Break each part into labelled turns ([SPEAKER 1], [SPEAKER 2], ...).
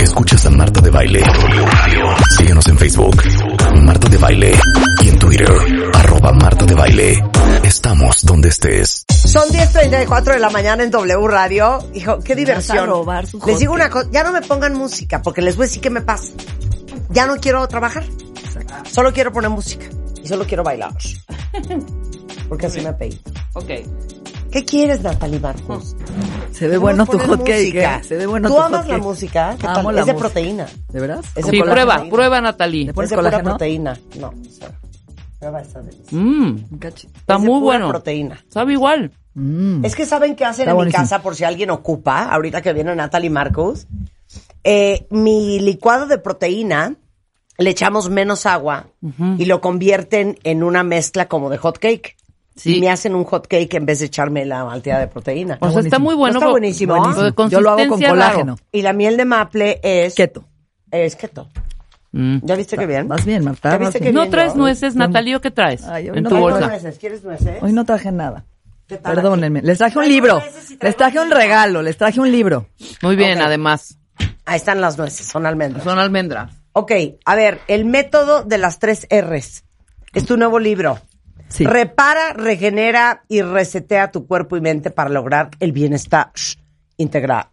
[SPEAKER 1] Escuchas a Marta de Baile. Síguenos en Facebook. Marta de Baile. Y en Twitter. Arroba Marta de Baile. Estamos donde estés.
[SPEAKER 2] Son 10.34 de la mañana en W Radio. Hijo, qué diversión.
[SPEAKER 3] robar su
[SPEAKER 2] les digo
[SPEAKER 3] hot
[SPEAKER 2] una cosa, ya no me pongan música, porque les voy a decir qué me pasa. Ya no quiero trabajar. Solo quiero poner música. Y solo quiero bailar. Porque así me pegué.
[SPEAKER 3] Ok.
[SPEAKER 2] ¿Qué quieres, Natalie Marcos?
[SPEAKER 4] Se ve bueno tu
[SPEAKER 2] Queremos
[SPEAKER 4] hot
[SPEAKER 2] poner
[SPEAKER 4] cake.
[SPEAKER 2] música.
[SPEAKER 4] ¿eh? Se ve bueno
[SPEAKER 2] ¿Tú
[SPEAKER 4] tu
[SPEAKER 2] amas
[SPEAKER 4] hot
[SPEAKER 2] la
[SPEAKER 4] cake.
[SPEAKER 2] música? ¿Qué
[SPEAKER 4] Amo
[SPEAKER 2] tal?
[SPEAKER 4] la
[SPEAKER 2] es de
[SPEAKER 4] música.
[SPEAKER 2] proteína.
[SPEAKER 4] ¿De veras?
[SPEAKER 2] Es de
[SPEAKER 3] Sí,
[SPEAKER 2] colágeno.
[SPEAKER 3] prueba, prueba, Natalie.
[SPEAKER 4] ¿Le pones
[SPEAKER 2] es de pura
[SPEAKER 4] colágeno?
[SPEAKER 2] proteína. No, o sea, prueba esa de-
[SPEAKER 3] Mmm,
[SPEAKER 4] Un cacho.
[SPEAKER 3] está
[SPEAKER 2] es de
[SPEAKER 3] muy
[SPEAKER 2] pura
[SPEAKER 3] bueno.
[SPEAKER 2] proteína.
[SPEAKER 3] Sabe igual.
[SPEAKER 2] Es que saben qué hacen
[SPEAKER 4] Está
[SPEAKER 2] en
[SPEAKER 4] buenísimo.
[SPEAKER 2] mi casa por si alguien ocupa, ahorita que viene Natalie Marcos. Eh, mi licuado de proteína le echamos menos agua y lo convierten en una mezcla como de hot cake.
[SPEAKER 3] Sí.
[SPEAKER 2] Y me hacen un hot cake en vez de echarme la cantidad de proteína.
[SPEAKER 3] O sea, está muy bueno.
[SPEAKER 2] No está
[SPEAKER 3] pero-
[SPEAKER 2] buenísimo.
[SPEAKER 3] pero de
[SPEAKER 4] Buenísimo. Yo lo hago con
[SPEAKER 3] consistencia
[SPEAKER 4] colágeno.
[SPEAKER 2] Y la miel de maple es
[SPEAKER 4] Keto.
[SPEAKER 2] Es keto.
[SPEAKER 3] Mm.
[SPEAKER 2] ¿Ya viste qué bien?
[SPEAKER 4] Vas bien, Marta.
[SPEAKER 2] ¿Ya
[SPEAKER 4] vas
[SPEAKER 2] viste
[SPEAKER 4] bien.
[SPEAKER 2] que
[SPEAKER 3] ¿No
[SPEAKER 2] bien,
[SPEAKER 3] traes
[SPEAKER 2] ¿no?
[SPEAKER 3] nueces, Natalie, o qué traes?
[SPEAKER 4] Ay, hoy
[SPEAKER 3] en
[SPEAKER 4] no
[SPEAKER 3] tu
[SPEAKER 4] traigo
[SPEAKER 2] ¿Quieres
[SPEAKER 3] bolsa.
[SPEAKER 2] nueces? ¿Quieres nueces?
[SPEAKER 4] Hoy no traje nada.
[SPEAKER 2] ¿Qué tal
[SPEAKER 4] Perdónenme.
[SPEAKER 2] aquí?
[SPEAKER 4] Les traje un
[SPEAKER 2] Traigo
[SPEAKER 4] libro.
[SPEAKER 2] nueces y traigo
[SPEAKER 4] Les traje un regalo. Les traje un libro.
[SPEAKER 3] Muy bien,
[SPEAKER 2] Ok.
[SPEAKER 3] además.
[SPEAKER 2] Ahí están las nueces, son almendras.
[SPEAKER 3] Son almendras.
[SPEAKER 2] Ok, a ver, el método de las tres R's. Es tu nuevo libro.
[SPEAKER 4] Sí.
[SPEAKER 2] Repara, regenera y resetea tu cuerpo y mente para lograr el bienestar integral.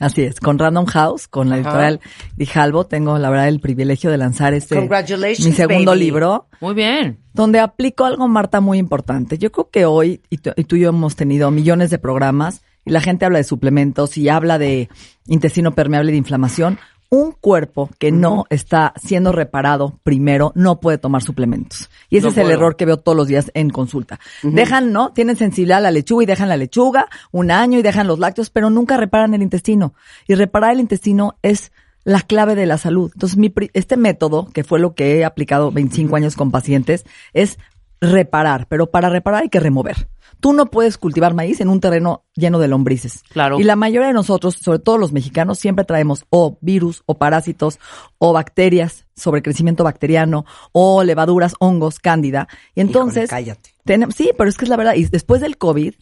[SPEAKER 4] Así es, con Random House, con la editorial Dijalbo, tengo la verdad el privilegio de lanzar este
[SPEAKER 2] Congratulations,
[SPEAKER 4] mi segundo
[SPEAKER 2] baby.
[SPEAKER 4] libro,
[SPEAKER 3] Muy bien.
[SPEAKER 4] donde aplico algo, Marta, muy importante. Yo creo que hoy, y, tú- y tú y yo hemos tenido millones de programas, y la gente habla de suplementos y habla de intestino permeable y de inflamación. Un cuerpo que no está siendo reparado primero no puede tomar suplementos. Y ese
[SPEAKER 3] No
[SPEAKER 4] es el
[SPEAKER 3] puedo.
[SPEAKER 4] error que veo todos los días en consulta. Dejan, ¿no? Tienen sensibilidad a la lechuga y dejan la lechuga un año y dejan los lácteos, pero nunca reparan el intestino. Y reparar el intestino es la clave de la salud. Entonces, mi pri- este método, que fue lo que he aplicado 25 años con pacientes, es reparar, pero para reparar hay que remover. Tú no puedes cultivar maíz en un terreno lleno de lombrices.
[SPEAKER 3] Claro.
[SPEAKER 4] Y la mayoría de nosotros, sobre todo los mexicanos, siempre traemos o virus o parásitos o bacterias, sobrecrecimiento bacteriano o levaduras, hongos, cándida. Y entonces,
[SPEAKER 2] cállate.
[SPEAKER 4] tenem- sí, pero es que es la verdad. Y después del COVID,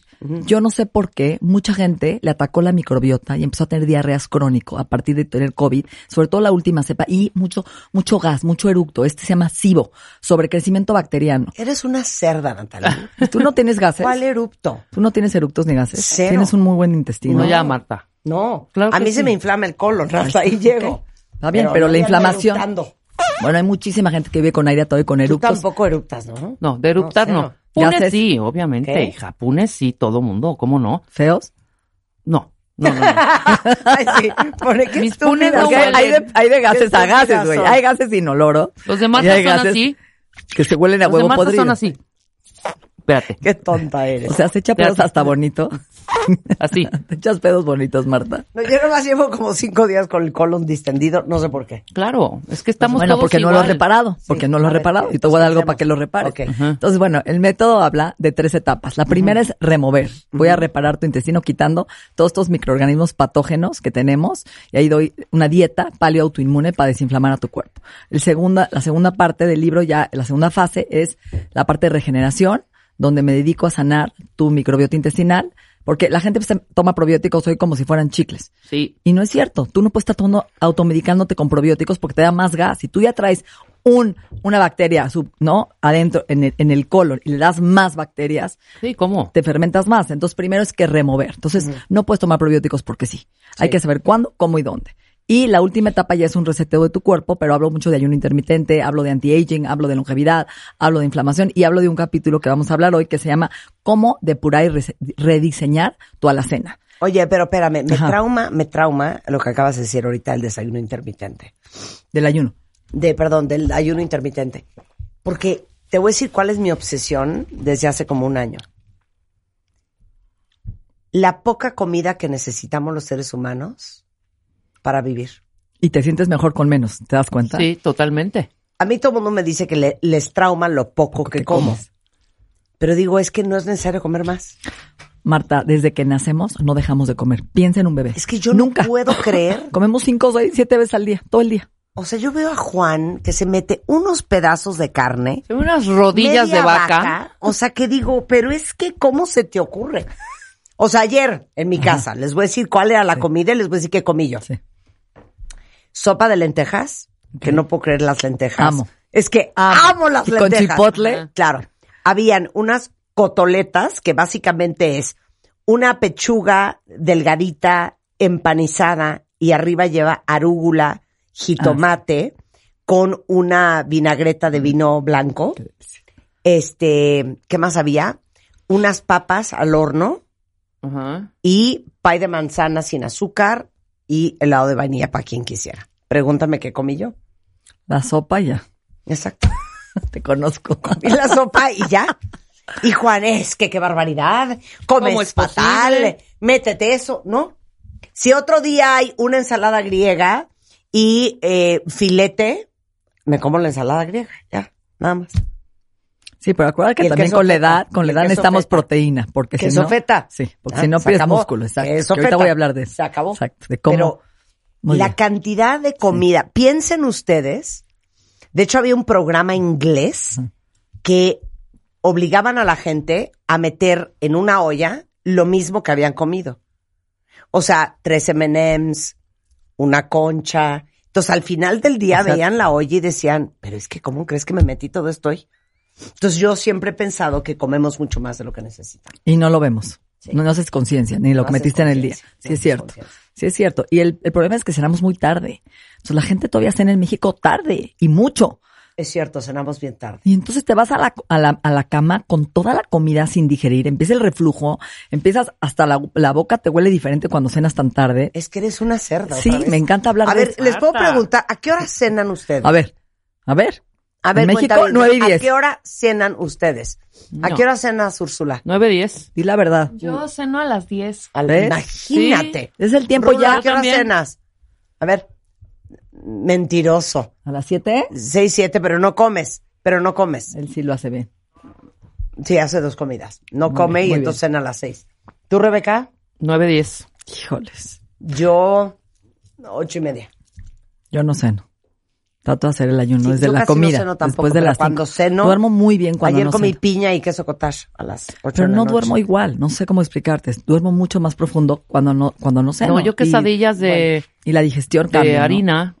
[SPEAKER 4] yo no sé por qué mucha gente le atacó la microbiota y empezó a tener diarreas crónico a partir de tener COVID, sobre todo la última cepa y mucho, mucho gas, mucho eructo. Este se llama SIBO, sobrecrecimiento bacteriano.
[SPEAKER 2] Eres una cerda, Natalia.
[SPEAKER 4] Tú no tienes gases.
[SPEAKER 2] ¿Cuál erupto?
[SPEAKER 4] Tú no tienes eructos ni gases.
[SPEAKER 2] Cero.
[SPEAKER 4] Tienes un muy buen intestino.
[SPEAKER 3] No, ya, Marta.
[SPEAKER 2] No,
[SPEAKER 3] Claro
[SPEAKER 2] a
[SPEAKER 3] que
[SPEAKER 2] mí
[SPEAKER 3] sí.
[SPEAKER 2] se me inflama el colon, hasta ahí llego.
[SPEAKER 4] Está bien, pero,
[SPEAKER 2] no
[SPEAKER 4] la
[SPEAKER 2] me ando
[SPEAKER 4] inflamación.
[SPEAKER 2] eructando.
[SPEAKER 4] Bueno, hay muchísima gente que vive con aire todo y con
[SPEAKER 2] Tú
[SPEAKER 4] eructos.
[SPEAKER 2] tampoco eruptas, ¿no?
[SPEAKER 3] No, de eruptar
[SPEAKER 2] No,
[SPEAKER 3] no.
[SPEAKER 2] cero.
[SPEAKER 4] Ya
[SPEAKER 3] Pune
[SPEAKER 4] sé.
[SPEAKER 3] sí, obviamente,
[SPEAKER 2] ¿Qué?
[SPEAKER 3] hija. Pune sí, todo mundo. ¿Cómo no?
[SPEAKER 4] feos.
[SPEAKER 3] No. No, no, no.
[SPEAKER 2] Ay, sí. Pone que
[SPEAKER 3] Mis punes
[SPEAKER 2] estúpida.
[SPEAKER 3] no
[SPEAKER 4] Porque
[SPEAKER 3] huelen.
[SPEAKER 4] hay, de, hay de gases a
[SPEAKER 2] Qué
[SPEAKER 4] gases, güey.
[SPEAKER 2] estúpidas
[SPEAKER 4] Hay gases inoloros.
[SPEAKER 3] Los de Marta
[SPEAKER 4] Y hay
[SPEAKER 3] son
[SPEAKER 4] gases
[SPEAKER 3] así.
[SPEAKER 4] Que se huelen a
[SPEAKER 3] Los de
[SPEAKER 4] huevo
[SPEAKER 3] Marta
[SPEAKER 4] podrido.
[SPEAKER 3] son así. Espérate,
[SPEAKER 2] Qué tonta eres.
[SPEAKER 4] O sea, se echa pedos
[SPEAKER 3] Espérate.
[SPEAKER 4] hasta bonito.
[SPEAKER 3] así.
[SPEAKER 4] Te echas pedos bonitos, Marta.
[SPEAKER 2] No, yo nomás llevo como cinco días con el colon distendido, no sé por qué.
[SPEAKER 3] Claro, es que estamos
[SPEAKER 4] bueno,
[SPEAKER 3] todos
[SPEAKER 4] porque no lo
[SPEAKER 3] igual.
[SPEAKER 4] has reparado, porque no lo
[SPEAKER 2] a
[SPEAKER 4] has
[SPEAKER 2] ver,
[SPEAKER 4] reparado.
[SPEAKER 2] ¿qué-
[SPEAKER 4] Y te voy a dar algo
[SPEAKER 2] qué
[SPEAKER 4] para que lo
[SPEAKER 2] hacemos?
[SPEAKER 4] repares.
[SPEAKER 2] Ok.
[SPEAKER 3] Ajá.
[SPEAKER 4] Entonces, bueno, el método habla de tres etapas. La primera es remover. Voy a reparar tu intestino quitando todos estos microorganismos patógenos que tenemos. Y ahí doy una dieta paleoautoinmune para desinflamar a tu cuerpo. El segunda, la segunda parte del libro, ya la segunda fase, es la parte de regeneración, donde me dedico a sanar tu microbiota intestinal. Porque la gente pues, toma probióticos hoy como si fueran chicles.
[SPEAKER 3] Sí,
[SPEAKER 4] Y no es cierto. Tú no puedes estar tomando- automedicándote con probióticos porque te da más gas. Si tú ya traes un, una bacteria, sub- ¿no? Adentro, en el, en el colon, y le das más bacterias,
[SPEAKER 3] sí, ¿cómo?
[SPEAKER 4] te fermentas más. Entonces, primero es que remover. Entonces, no puedes tomar probióticos porque sí. Hay que saber cuándo, cómo y dónde. Y la última etapa ya es un reseteo de tu cuerpo, pero hablo mucho de ayuno intermitente, hablo de anti-aging, hablo de longevidad, hablo de inflamación y hablo de un capítulo que vamos a hablar hoy que se llama Cómo depurar y rese- rediseñar tu alacena.
[SPEAKER 2] Oye, pero espérame, me
[SPEAKER 4] Ajá.
[SPEAKER 2] trauma, me trauma lo que acabas de decir ahorita, el desayuno intermitente.
[SPEAKER 4] Del ayuno.
[SPEAKER 2] De, perdón, del ayuno intermitente. Porque te voy a decir cuál es mi obsesión desde hace como un año. La poca comida que necesitamos los seres humanos para vivir.
[SPEAKER 4] Y te sientes mejor con menos, ¿te das cuenta?
[SPEAKER 3] Sí, totalmente.
[SPEAKER 2] A mí todo el mundo me dice que le- les trauma lo poco que como. Pero digo, es que no es necesario comer más.
[SPEAKER 4] Marta, desde que nacemos no dejamos de comer. Piensa en un bebé.
[SPEAKER 2] Es que yo
[SPEAKER 4] Nunca.
[SPEAKER 2] no puedo creer.
[SPEAKER 4] Comemos cinco, seis, siete veces al día, todo el día.
[SPEAKER 2] O sea, yo veo a Juan que se mete unos pedazos de carne.
[SPEAKER 3] Tengo unas rodillas
[SPEAKER 2] media
[SPEAKER 3] de vaca.
[SPEAKER 2] O sea, que digo, pero es que, ¿cómo se te ocurre? O sea, ayer en mi casa, les voy a decir cuál era la comida y les voy a decir qué comí yo.
[SPEAKER 4] Sí.
[SPEAKER 2] Sopa de lentejas, que no puedo creer las lentejas.
[SPEAKER 4] Amo.
[SPEAKER 2] Es que amo,
[SPEAKER 4] Amo.
[SPEAKER 2] las
[SPEAKER 4] Y con
[SPEAKER 2] lentejas.
[SPEAKER 4] chipotle.
[SPEAKER 3] Ajá.
[SPEAKER 2] Claro. Habían unas cotoletas, que básicamente es una pechuga delgadita, empanizada, y arriba lleva
[SPEAKER 4] Ah.
[SPEAKER 2] arúgula, jitomate, con una vinagreta
[SPEAKER 4] Mm.
[SPEAKER 2] de vino blanco. Este, ¿qué más había? Unas papas al horno
[SPEAKER 3] Ajá.
[SPEAKER 2] y pay de manzana sin azúcar y helado de vainilla para quien quisiera. Pregúntame qué comí yo.
[SPEAKER 4] La sopa ya.
[SPEAKER 2] Exacto.
[SPEAKER 4] Te conozco.
[SPEAKER 2] Y la sopa y ya. Y Juan, es que qué barbaridad. Comes
[SPEAKER 3] ¿Cómo es
[SPEAKER 2] fatal.
[SPEAKER 3] posible?
[SPEAKER 2] Métete eso, ¿no? Si otro día hay una ensalada griega y eh, filete, me como la ensalada griega, ya, nada más.
[SPEAKER 4] Sí, pero acuérdate
[SPEAKER 2] Y
[SPEAKER 4] que
[SPEAKER 2] el
[SPEAKER 4] también
[SPEAKER 2] queso
[SPEAKER 4] con la
[SPEAKER 2] feta.
[SPEAKER 4] edad, con
[SPEAKER 2] Y
[SPEAKER 4] la
[SPEAKER 2] el
[SPEAKER 4] edad
[SPEAKER 2] queso
[SPEAKER 4] necesitamos
[SPEAKER 2] feta.
[SPEAKER 4] proteína, porque si
[SPEAKER 2] Queso
[SPEAKER 4] no,
[SPEAKER 2] feta.
[SPEAKER 4] sí, porque
[SPEAKER 2] Ah,
[SPEAKER 4] si no
[SPEAKER 2] se
[SPEAKER 4] pierdes
[SPEAKER 2] acabó.
[SPEAKER 4] músculo, exacto.
[SPEAKER 2] Queso
[SPEAKER 4] Que ahorita
[SPEAKER 2] feta.
[SPEAKER 4] voy a hablar de eso.
[SPEAKER 2] Se acabó.
[SPEAKER 4] Exacto, de cómo.
[SPEAKER 2] Pero
[SPEAKER 4] Muy
[SPEAKER 2] la
[SPEAKER 4] bien.
[SPEAKER 2] cantidad de comida. Piensen ustedes, de hecho había un programa inglés que obligaban a la gente a meter en una olla lo mismo que habían comido. O sea, tres MMs, una concha. Entonces al final del día
[SPEAKER 4] Exacto.
[SPEAKER 2] veían la olla y decían, pero es que ¿cómo crees que me metí todo esto hoy? Entonces yo siempre he pensado que comemos mucho más de lo que necesitamos.
[SPEAKER 4] Y no lo vemos.
[SPEAKER 2] Sí.
[SPEAKER 4] No, no haces conciencia, ni lo
[SPEAKER 2] No
[SPEAKER 4] que metiste
[SPEAKER 2] haces
[SPEAKER 4] en el día.
[SPEAKER 2] conciencia,
[SPEAKER 4] Sí,
[SPEAKER 2] no
[SPEAKER 4] es
[SPEAKER 2] haces
[SPEAKER 4] cierto.
[SPEAKER 2] conciencia.
[SPEAKER 4] Sí, es cierto. Y el, el problema es que cenamos muy tarde. Entonces la gente todavía cena en México tarde y mucho.
[SPEAKER 2] Es cierto, cenamos bien tarde.
[SPEAKER 4] Y entonces te vas a la, a la, a la cama con toda la comida sin digerir. Empieza el reflujo, empiezas hasta la, la boca te huele diferente cuando cenas tan tarde.
[SPEAKER 2] Es que eres una cerda.
[SPEAKER 4] Sí,
[SPEAKER 2] otra vez.
[SPEAKER 4] me encanta hablar
[SPEAKER 2] A
[SPEAKER 4] de
[SPEAKER 2] ver,
[SPEAKER 4] eso.
[SPEAKER 2] les puedo
[SPEAKER 3] Marta.
[SPEAKER 2] preguntar, ¿a qué hora cenan ustedes?
[SPEAKER 4] A ver, a ver.
[SPEAKER 2] A ver,
[SPEAKER 4] en México,
[SPEAKER 2] cuentavientes,
[SPEAKER 4] 9 y
[SPEAKER 2] ¿A
[SPEAKER 4] 10.
[SPEAKER 2] qué hora cenan ustedes? ¿A
[SPEAKER 3] No.
[SPEAKER 2] qué hora cenas, Úrsula?
[SPEAKER 3] 9, 10.
[SPEAKER 4] Di la verdad.
[SPEAKER 5] Yo ceno a las 10.
[SPEAKER 2] Al-
[SPEAKER 4] ¿Ves?
[SPEAKER 2] Imagínate.
[SPEAKER 4] Es el tiempo
[SPEAKER 2] Rula, ¿A
[SPEAKER 4] ya.
[SPEAKER 2] qué hora
[SPEAKER 3] también.
[SPEAKER 2] cenas? A ver, mentiroso.
[SPEAKER 4] A las 7,
[SPEAKER 2] Seis, siete, pero no comes. Pero no comes.
[SPEAKER 4] él sí lo hace bien.
[SPEAKER 2] Sí, hace dos comidas. No
[SPEAKER 4] Muy
[SPEAKER 2] come
[SPEAKER 4] bien,
[SPEAKER 2] y
[SPEAKER 4] muy
[SPEAKER 2] entonces cena a las seis. ¿Tú, Rebeca?
[SPEAKER 3] 9, 10.
[SPEAKER 4] Híjoles.
[SPEAKER 2] Yo, ocho y media.
[SPEAKER 4] Yo no ceno. Trato de hacer el ayuno
[SPEAKER 2] Sí,
[SPEAKER 4] desde
[SPEAKER 2] yo
[SPEAKER 4] la
[SPEAKER 2] casi no
[SPEAKER 4] comida.
[SPEAKER 2] ceno tampoco,
[SPEAKER 4] después de
[SPEAKER 2] pero
[SPEAKER 4] las
[SPEAKER 2] cuando
[SPEAKER 4] cinco.
[SPEAKER 2] ceno-
[SPEAKER 4] Duermo muy bien cuando
[SPEAKER 2] Ayer
[SPEAKER 4] no
[SPEAKER 2] comí
[SPEAKER 4] ceno.
[SPEAKER 2] piña y queso cottage a las
[SPEAKER 4] Pero
[SPEAKER 2] ocho de
[SPEAKER 4] no
[SPEAKER 2] la noche.
[SPEAKER 4] duermo igual, no sé cómo explicarte. Duermo mucho más profundo cuando no, cuando no ceno.
[SPEAKER 3] No, yo
[SPEAKER 4] Y-
[SPEAKER 3] quesadillas de,
[SPEAKER 4] Y la digestión
[SPEAKER 3] de
[SPEAKER 4] cambia, ¿no?
[SPEAKER 3] harina,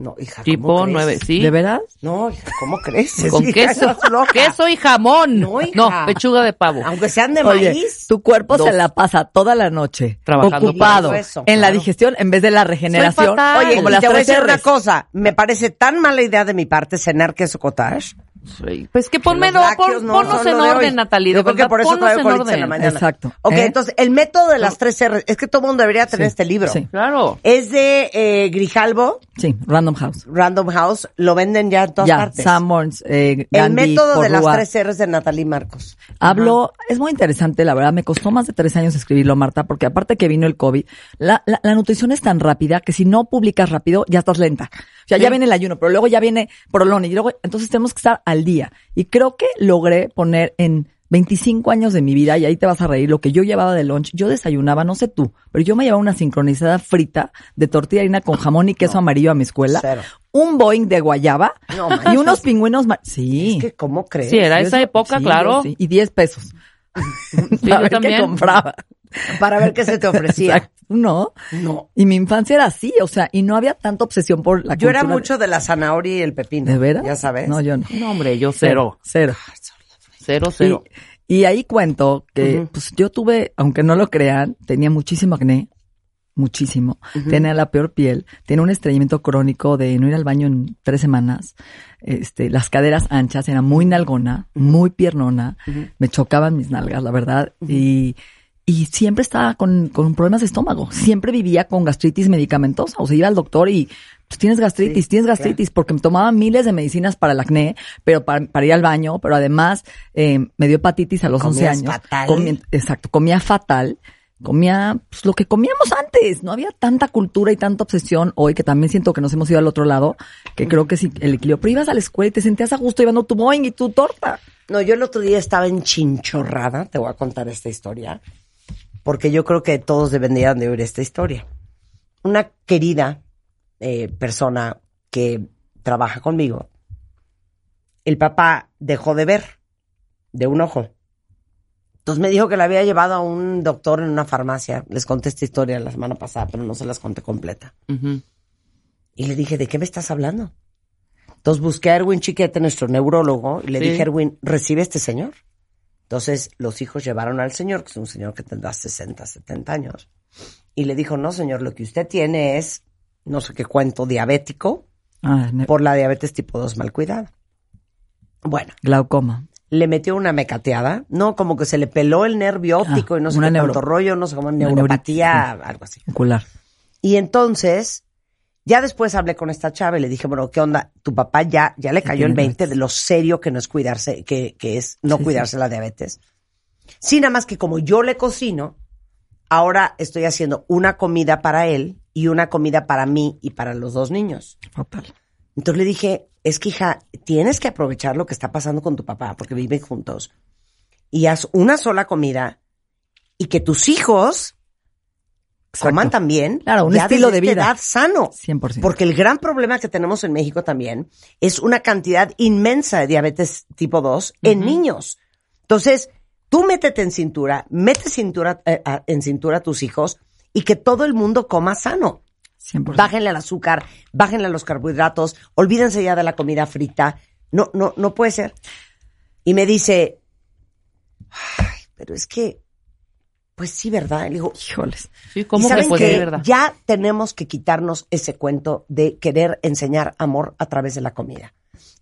[SPEAKER 2] No, hija, Ah, ¿cómo
[SPEAKER 3] tipo
[SPEAKER 2] crees?
[SPEAKER 3] 9, ¿sí?
[SPEAKER 4] ¿De veras?
[SPEAKER 2] No, hija, ¿cómo crees?
[SPEAKER 3] Con
[SPEAKER 2] Hija,
[SPEAKER 3] queso.
[SPEAKER 2] estás loca.
[SPEAKER 3] Queso y jamón.
[SPEAKER 2] No, hija. Ah,
[SPEAKER 3] pechuga de pavo.
[SPEAKER 2] Aunque sean de
[SPEAKER 4] Oye,
[SPEAKER 2] maíz.
[SPEAKER 4] tu cuerpo
[SPEAKER 3] Dos.
[SPEAKER 4] se la pasa toda la noche
[SPEAKER 3] Trabajando
[SPEAKER 4] ocupado
[SPEAKER 2] para eso.
[SPEAKER 4] en la
[SPEAKER 2] Claro.
[SPEAKER 4] digestión en vez de la regeneración.
[SPEAKER 3] fatal.
[SPEAKER 2] Oye,
[SPEAKER 4] Ah, como
[SPEAKER 2] y
[SPEAKER 4] las
[SPEAKER 2] te voy a
[SPEAKER 4] tres
[SPEAKER 2] decir una
[SPEAKER 4] Rs.
[SPEAKER 2] cosa. Me parece tan mala idea de mi parte cenar queso cottage.
[SPEAKER 3] Sí. Pues que ponme,
[SPEAKER 2] Los
[SPEAKER 3] do-
[SPEAKER 2] lácteos
[SPEAKER 3] pon-
[SPEAKER 2] no
[SPEAKER 3] ponnos
[SPEAKER 2] son
[SPEAKER 3] en
[SPEAKER 2] lo de hoy.
[SPEAKER 3] orden, Natalie.
[SPEAKER 2] Yo
[SPEAKER 3] de
[SPEAKER 2] creo que
[SPEAKER 3] verdad,
[SPEAKER 2] por eso
[SPEAKER 3] ponnos
[SPEAKER 2] traigo
[SPEAKER 3] en
[SPEAKER 2] colitis en la
[SPEAKER 3] orden.
[SPEAKER 2] mañana.
[SPEAKER 4] Exacto.
[SPEAKER 2] Ok,
[SPEAKER 4] ¿Eh?
[SPEAKER 2] entonces, el método de las tres R es que todo el mundo debería
[SPEAKER 4] Sí,
[SPEAKER 2] tener este libro.
[SPEAKER 4] sí.
[SPEAKER 3] Claro.
[SPEAKER 2] Es de eh, Grijalbo,
[SPEAKER 4] Sí, Random House.
[SPEAKER 2] Random House, lo venden ya en todas
[SPEAKER 4] Ya,
[SPEAKER 2] partes.
[SPEAKER 4] Sanborns, eh,
[SPEAKER 2] el
[SPEAKER 4] Gandhi,
[SPEAKER 2] método de las
[SPEAKER 4] Porrúa.
[SPEAKER 2] tres R's de Natalie Marcos.
[SPEAKER 4] Hablo, es muy interesante, la verdad, me costó más de tres años escribirlo, Marta, porque aparte que vino el COVID, la, la, la nutrición es tan rápida que si no publicas rápido, ya estás lenta. O sea, ya viene el ayuno, pero luego ya viene Prolón y luego, entonces tenemos que estar al día. Y creo que logré poner en 25 años de mi vida, y ahí te vas a reír, lo que yo llevaba de lunch, yo desayunaba, no sé tú, pero yo me llevaba una sincronizada frita de tortilla de harina con jamón y queso amarillo a mi escuela,
[SPEAKER 2] Cero.
[SPEAKER 4] un boing de guayaba
[SPEAKER 2] No
[SPEAKER 4] y
[SPEAKER 2] manches.
[SPEAKER 4] unos pingüinos, ma- sí.
[SPEAKER 2] Es que, ¿cómo crees?
[SPEAKER 3] Sí, era
[SPEAKER 4] Yo
[SPEAKER 3] esa
[SPEAKER 4] eso-
[SPEAKER 3] época,
[SPEAKER 4] sí, yo
[SPEAKER 3] claro.
[SPEAKER 4] sí. Y 10 pesos.
[SPEAKER 3] Sí,
[SPEAKER 4] Para
[SPEAKER 3] yo
[SPEAKER 4] ver qué
[SPEAKER 3] también.
[SPEAKER 4] compraba.
[SPEAKER 2] Para ver qué se te ofrecía.
[SPEAKER 4] Exacto. No.
[SPEAKER 2] No.
[SPEAKER 4] Y mi infancia era así, o sea, y no había tanta obsesión por la
[SPEAKER 2] Yo era
[SPEAKER 4] cultura de-
[SPEAKER 2] mucho de la zanahoria y el pepino.
[SPEAKER 4] ¿De veras?
[SPEAKER 2] Ya sabes.
[SPEAKER 4] No, yo no.
[SPEAKER 3] No, hombre, yo cero.
[SPEAKER 4] Cero.
[SPEAKER 3] Cero,
[SPEAKER 4] Y,
[SPEAKER 3] cero.
[SPEAKER 4] y ahí cuento que, pues yo tuve, aunque no lo crean, tenía muchísimo acné. Muchísimo. Tenía la peor piel. Tenía un estreñimiento crónico de no ir al baño en tres semanas. Este, las caderas anchas. Era muy nalgona, muy piernona. Me chocaban mis nalgas, la verdad. Y, y siempre estaba con, con problemas de estómago. Siempre vivía con gastritis medicamentosa. O sea, iba al doctor y pues, tienes gastritis, tienes gastritis, porque me tomaba miles de medicinas para el acné, pero para, para ir al baño, pero además eh, me dio hepatitis a los 11
[SPEAKER 2] Comías
[SPEAKER 4] años.
[SPEAKER 2] fatal.
[SPEAKER 4] Comí- exacto, comía fatal. comía pues, lo que comíamos antes. No había tanta cultura y tanta obsesión hoy que también siento que nos hemos ido al otro lado, que creo que sí, el equilibrio. Pero ibas a la escuela y te sentías a gusto llevando tu boing y tu torta.
[SPEAKER 2] No, yo el otro día estaba en Chinchorrada, te voy a contar esta historia, porque yo creo que todos deberían de oír esta historia. Una querida eh, persona que trabaja conmigo, el papá dejó de ver de un ojo. Entonces me dijo que la había llevado a un doctor en una farmacia. Les conté esta historia la semana pasada, pero no se las conté completa.
[SPEAKER 3] Ujú.
[SPEAKER 2] Y le dije, ¿de qué me estás hablando? Entonces busqué a Erwin Chiquete, nuestro neurólogo, y le
[SPEAKER 3] Sí.
[SPEAKER 2] dije, Erwin, ¿recibe este señor? Entonces los hijos llevaron al señor, que es un señor que tendrá 60, 70 años, y le dijo, no, señor, lo que usted tiene es, no sé qué cuento, diabético,
[SPEAKER 4] Ah, ne-
[SPEAKER 2] por la diabetes tipo 2 mal cuidada. Bueno,
[SPEAKER 4] glaucoma.
[SPEAKER 2] le metió una mecateada, no, como que se le peló el nervio óptico
[SPEAKER 4] Ah,
[SPEAKER 2] y no sé
[SPEAKER 4] una
[SPEAKER 2] qué
[SPEAKER 4] neuro-
[SPEAKER 2] tanto rollo, no sé cómo,
[SPEAKER 4] neuritis,
[SPEAKER 2] neuropatía, algo así.
[SPEAKER 4] Ocular.
[SPEAKER 2] Y entonces, ya después hablé con esta chava y le dije, bueno, ¿qué onda? Tu papá ya, ya le cayó el
[SPEAKER 4] tiene
[SPEAKER 2] 20 de lo serio que no es cuidarse, que, que es no
[SPEAKER 4] Sí,
[SPEAKER 2] cuidarse la diabetes. Sí, nada más que como yo le cocino, ahora estoy haciendo una comida para él y una comida para mí y para los dos niños.
[SPEAKER 4] Fatal.
[SPEAKER 2] Entonces le dije, es que hija, tienes que aprovechar lo que está pasando con tu papá, porque viven juntos, y haz una sola comida y que tus hijos
[SPEAKER 4] Exacto.
[SPEAKER 2] coman también.
[SPEAKER 4] Claro, un
[SPEAKER 2] ya
[SPEAKER 4] estilo
[SPEAKER 2] desde
[SPEAKER 4] de
[SPEAKER 2] esta
[SPEAKER 4] vida.
[SPEAKER 2] edad sano.
[SPEAKER 4] 100%.
[SPEAKER 2] Porque el gran problema que tenemos en México también es una cantidad inmensa de diabetes tipo 2 en niños. Entonces, tú métete en cintura, mete cintura, eh, a- en cintura a tus hijos y que todo el mundo coma sano.
[SPEAKER 4] 100%.
[SPEAKER 2] Bájenle al azúcar, bájenle a los carbohidratos, olvídense ya de la comida frita. No, no, no puede ser. Y me dice, "Ay, pero es que, pues sí, ¿verdad? Y le digo,
[SPEAKER 4] Híjoles.
[SPEAKER 3] Sí, ¿cómo
[SPEAKER 2] ¿Y
[SPEAKER 3] que
[SPEAKER 2] saben
[SPEAKER 3] puede
[SPEAKER 2] qué?
[SPEAKER 3] ser verdad?
[SPEAKER 2] Ya tenemos que quitarnos ese cuento de querer enseñar amor a través de la comida.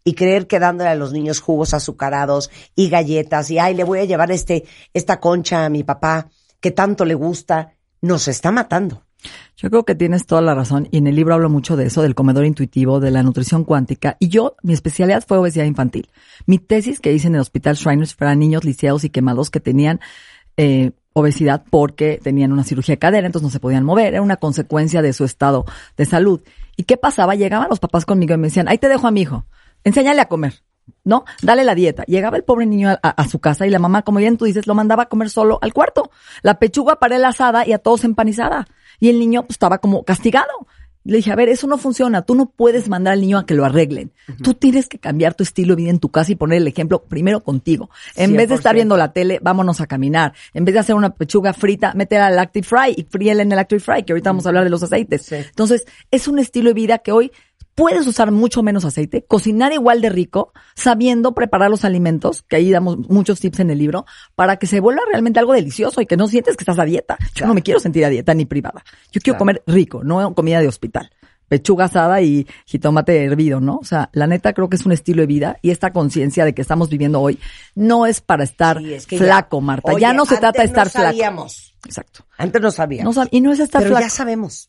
[SPEAKER 2] Y creer que dándole a los niños jugos azucarados y galletas y ay, le voy a llevar este, esta concha a mi papá que tanto le gusta, nos está matando.
[SPEAKER 4] Yo creo que tienes toda la razón y en el libro hablo mucho de eso, del comedor intuitivo, de la nutrición cuántica y yo, mi especialidad fue obesidad infantil. Mi tesis que hice en el Hospital Shriners fue a niños lisiados y quemados que tenían eh, obesidad porque tenían una cirugía de cadera, entonces no se podían mover, era una consecuencia de su estado de salud. ¿Y qué pasaba? Llegaban los papás conmigo y me decían, ahí te dejo a mi hijo, enséñale a comer. ¿no? Dale la dieta. Llegaba el pobre niño a, a- a su casa y la mamá, como bien tú dices, lo mandaba a comer solo al cuarto. La pechuga para él asada y a todos empanizada. Y el niño pues, estaba como castigado. Le dije, a ver, eso no funciona. Tú no puedes mandar al niño a que lo arreglen. Tú tienes que cambiar tu estilo de vida en tu casa y poner el ejemplo primero contigo. En vez de estar
[SPEAKER 2] 100%.
[SPEAKER 4] viendo la tele, vámonos a caminar. En vez de hacer una pechuga frita, métela al Active Fry y fríela en el Active Fry, que ahorita vamos a hablar de los aceites.
[SPEAKER 2] Sí.
[SPEAKER 4] Entonces, es un estilo de vida que hoy puedes usar mucho menos aceite, cocinar igual de rico, sabiendo preparar los alimentos, que ahí damos muchos tips en el libro, para que se vuelva realmente algo delicioso y que no sientes que estás a dieta. Yo no me quiero sentir a dieta ni privada. Yo quiero comer rico, no comida de hospital. Pechuga asada y jitomate hervido, ¿no? O sea, la neta creo que es un estilo de vida y esta conciencia de que estamos viviendo hoy no es para estar
[SPEAKER 2] Sí, es que ya-
[SPEAKER 4] flaco, Marta. ya
[SPEAKER 2] Oye,
[SPEAKER 4] no se trata de
[SPEAKER 2] antes
[SPEAKER 4] estar
[SPEAKER 2] no
[SPEAKER 4] flaco.
[SPEAKER 2] Sabíamos.
[SPEAKER 4] Exacto.
[SPEAKER 2] Antes no sabíamos.
[SPEAKER 4] No sab- y no es estar
[SPEAKER 2] pero
[SPEAKER 4] flaco.
[SPEAKER 2] ya sabemos,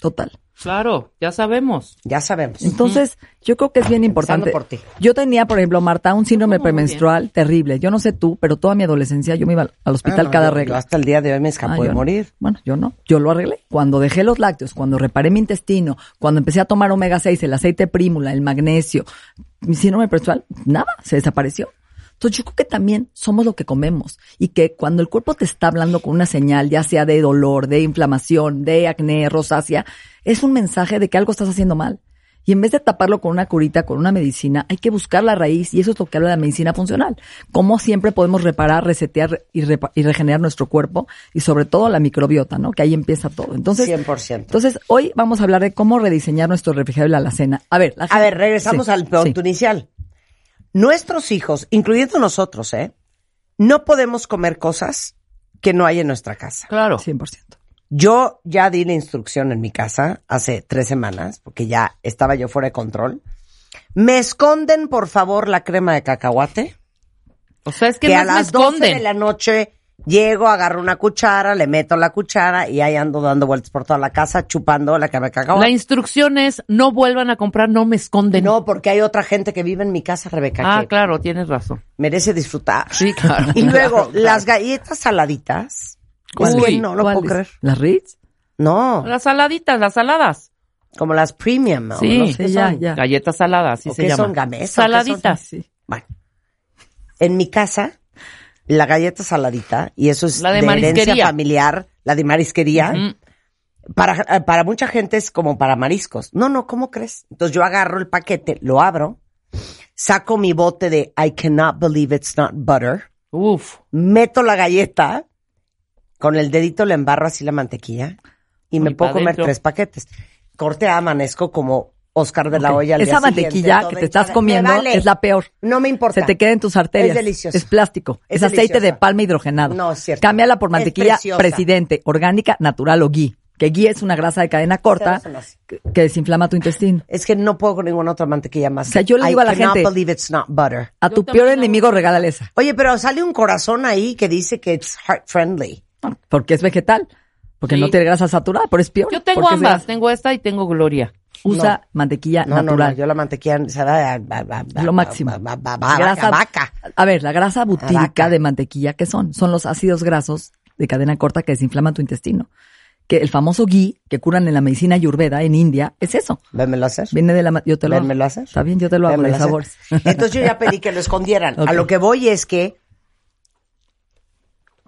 [SPEAKER 4] Total.
[SPEAKER 3] Claro, ya sabemos.
[SPEAKER 2] ya sabemos.
[SPEAKER 4] Entonces, yo creo que es bien importante.
[SPEAKER 2] por ti.
[SPEAKER 4] Yo tenía, por ejemplo, Marta, un síndrome
[SPEAKER 3] No, muy
[SPEAKER 4] premenstrual terrible. Yo no sé tú, pero toda mi adolescencia yo me iba al- al
[SPEAKER 2] Ah,
[SPEAKER 4] hospital
[SPEAKER 2] no,
[SPEAKER 4] cada
[SPEAKER 2] yo- yo
[SPEAKER 4] regla.
[SPEAKER 2] hasta el día de hoy me escapó
[SPEAKER 4] Ah,
[SPEAKER 2] de
[SPEAKER 4] yo no.
[SPEAKER 2] morir.
[SPEAKER 4] Bueno, yo no. Yo lo arreglé. Cuando dejé los lácteos, cuando reparé mi intestino, cuando empecé a tomar omega 6, el aceite prímula, el magnesio, mi síndrome premenstrual, nada, se desapareció. Entonces yo creo que también somos lo que comemos y que cuando el cuerpo te está hablando con una señal, ya sea de dolor, de inflamación, de acné, rosácea, es un mensaje de que algo estás haciendo mal. Y en vez de taparlo con una curita, con una medicina, hay que buscar la raíz y eso es lo que habla la medicina funcional. Cómo siempre podemos reparar, resetear y, repa- y regenerar nuestro cuerpo y sobre todo la microbiota, ¿no? Que ahí empieza todo. Entonces,
[SPEAKER 2] 100%.
[SPEAKER 4] entonces hoy vamos a hablar de cómo rediseñar nuestro refrigerador y la alacena. A ver, la
[SPEAKER 2] A
[SPEAKER 4] gente-
[SPEAKER 2] ver, regresamos
[SPEAKER 4] Sí,
[SPEAKER 2] al punto
[SPEAKER 4] sí.
[SPEAKER 2] inicial. Nuestros hijos, incluyendo nosotros, ¿eh? No podemos comer cosas que no hay en nuestra casa.
[SPEAKER 3] Claro.
[SPEAKER 4] 100%.
[SPEAKER 2] Yo ya di la instrucción en mi casa hace tres semanas, porque ya estaba yo fuera de control. Me esconden, por favor, la crema de cacahuate.
[SPEAKER 3] O sea, es que,
[SPEAKER 2] Que,
[SPEAKER 3] no
[SPEAKER 2] a
[SPEAKER 3] me
[SPEAKER 2] las 12 de
[SPEAKER 3] esconden.
[SPEAKER 2] la noche llego, agarro una cuchara, le meto la cuchara y ahí ando dando vueltas por toda la casa chupando la crema de
[SPEAKER 3] La
[SPEAKER 2] cacahuate.
[SPEAKER 3] instrucción es no vuelvan a comprar, no me esconden.
[SPEAKER 2] No, porque hay otra gente que vive en mi casa, Rebeca,
[SPEAKER 3] ah,
[SPEAKER 2] que
[SPEAKER 3] claro, tienes razón.
[SPEAKER 2] merece disfrutar.
[SPEAKER 3] Sí, claro.
[SPEAKER 2] Y luego,
[SPEAKER 3] Claro,
[SPEAKER 2] las galletas saladitas Es
[SPEAKER 4] ¿Cuáles?
[SPEAKER 2] que no lo puedo
[SPEAKER 4] ¿Cuáles?
[SPEAKER 2] creer.
[SPEAKER 4] ¿Las Ritz?
[SPEAKER 2] No,
[SPEAKER 3] Las saladitas, las saladas.
[SPEAKER 2] como las premium. ¿no?
[SPEAKER 3] Sí.
[SPEAKER 2] No sé qué
[SPEAKER 4] Sí, ya,
[SPEAKER 2] son.
[SPEAKER 4] ya.
[SPEAKER 3] Galletas saladas, así
[SPEAKER 2] ¿O
[SPEAKER 3] se
[SPEAKER 2] qué
[SPEAKER 3] llama.
[SPEAKER 2] son, gamesa, o qué son?
[SPEAKER 3] Saladitas.
[SPEAKER 4] Sí.
[SPEAKER 2] Bueno, en mi casa, la galleta saladita, y eso es
[SPEAKER 3] La de
[SPEAKER 2] de, herencia
[SPEAKER 3] marisquería.
[SPEAKER 2] familiar, la de marisquería,
[SPEAKER 3] Mm.
[SPEAKER 2] para, eh, para mucha gente es como para mariscos. No, no, ¿cómo crees? Entonces yo agarro el paquete, lo abro, saco mi bote de I cannot believe it's not butter,
[SPEAKER 3] Uf.
[SPEAKER 2] meto la galleta, con el dedito le embarro así la mantequilla, y me
[SPEAKER 3] Y
[SPEAKER 2] puedo
[SPEAKER 3] pa'
[SPEAKER 2] comer
[SPEAKER 3] dentro.
[SPEAKER 2] tres paquetes. Corte a amanezco como Oscar de la
[SPEAKER 4] Ok.
[SPEAKER 2] olla. al
[SPEAKER 4] Esa
[SPEAKER 2] día siguiente,
[SPEAKER 4] mantequilla
[SPEAKER 2] toda
[SPEAKER 4] que te estás
[SPEAKER 2] hinchada. Me
[SPEAKER 4] comiendo
[SPEAKER 2] vale.
[SPEAKER 4] es la peor.
[SPEAKER 2] No me importa.
[SPEAKER 4] Se te queda en tus arterias.
[SPEAKER 2] Es delicioso.
[SPEAKER 4] Es plástico.
[SPEAKER 2] Es
[SPEAKER 4] Es, aceite
[SPEAKER 2] deliciosa.
[SPEAKER 4] de palma hidrogenado.
[SPEAKER 2] No, es cierto.
[SPEAKER 4] Cámbiala por
[SPEAKER 2] Es
[SPEAKER 4] mantequilla
[SPEAKER 2] preciosa.
[SPEAKER 4] presidente, orgánica, natural o ghee. Que ghee es una grasa de cadena corta
[SPEAKER 2] se me hace.
[SPEAKER 4] que que desinflama tu intestino.
[SPEAKER 2] Es que no puedo con ninguna otra mantequilla más.
[SPEAKER 4] O sea, yo le
[SPEAKER 2] I
[SPEAKER 4] digo a la
[SPEAKER 2] cannot
[SPEAKER 4] gente-
[SPEAKER 2] believe it's not butter.
[SPEAKER 4] A tu peor enemigo regálale esa,
[SPEAKER 2] Oye, pero sale un corazón ahí que dice que it's heart friendly.
[SPEAKER 4] porque es vegetal, porque
[SPEAKER 3] Sí.
[SPEAKER 4] no tiene grasa saturada, pero es peor.
[SPEAKER 3] Yo tengo
[SPEAKER 4] porque es
[SPEAKER 3] ambas,
[SPEAKER 4] grasa.
[SPEAKER 3] tengo esta y tengo Gloria.
[SPEAKER 4] Usa mantequilla
[SPEAKER 2] No, no, no,
[SPEAKER 4] natural.
[SPEAKER 2] yo la mantequilla se da a- a- a- a-
[SPEAKER 4] lo máximo.
[SPEAKER 2] a- a- a- a-
[SPEAKER 4] Grasa-
[SPEAKER 2] a Ah, vaca.
[SPEAKER 4] A ver, la grasa butírica
[SPEAKER 2] vaca.
[SPEAKER 4] de mantequilla, ¿qué son? Son los ácidos grasos de cadena corta que desinflaman tu intestino. Que el famoso ghee que curan en la medicina ayurveda en India es eso.
[SPEAKER 2] Vémelo hacer.
[SPEAKER 4] Viene de la. ma- Yo te lo. hago.
[SPEAKER 2] Vénmelo hacer.
[SPEAKER 4] Está bien, yo te lo hago de
[SPEAKER 2] Vénmelo hacer.
[SPEAKER 4] sabores.
[SPEAKER 2] Entonces yo ya pedí que lo escondieran.
[SPEAKER 4] Ok.
[SPEAKER 2] A lo que voy es que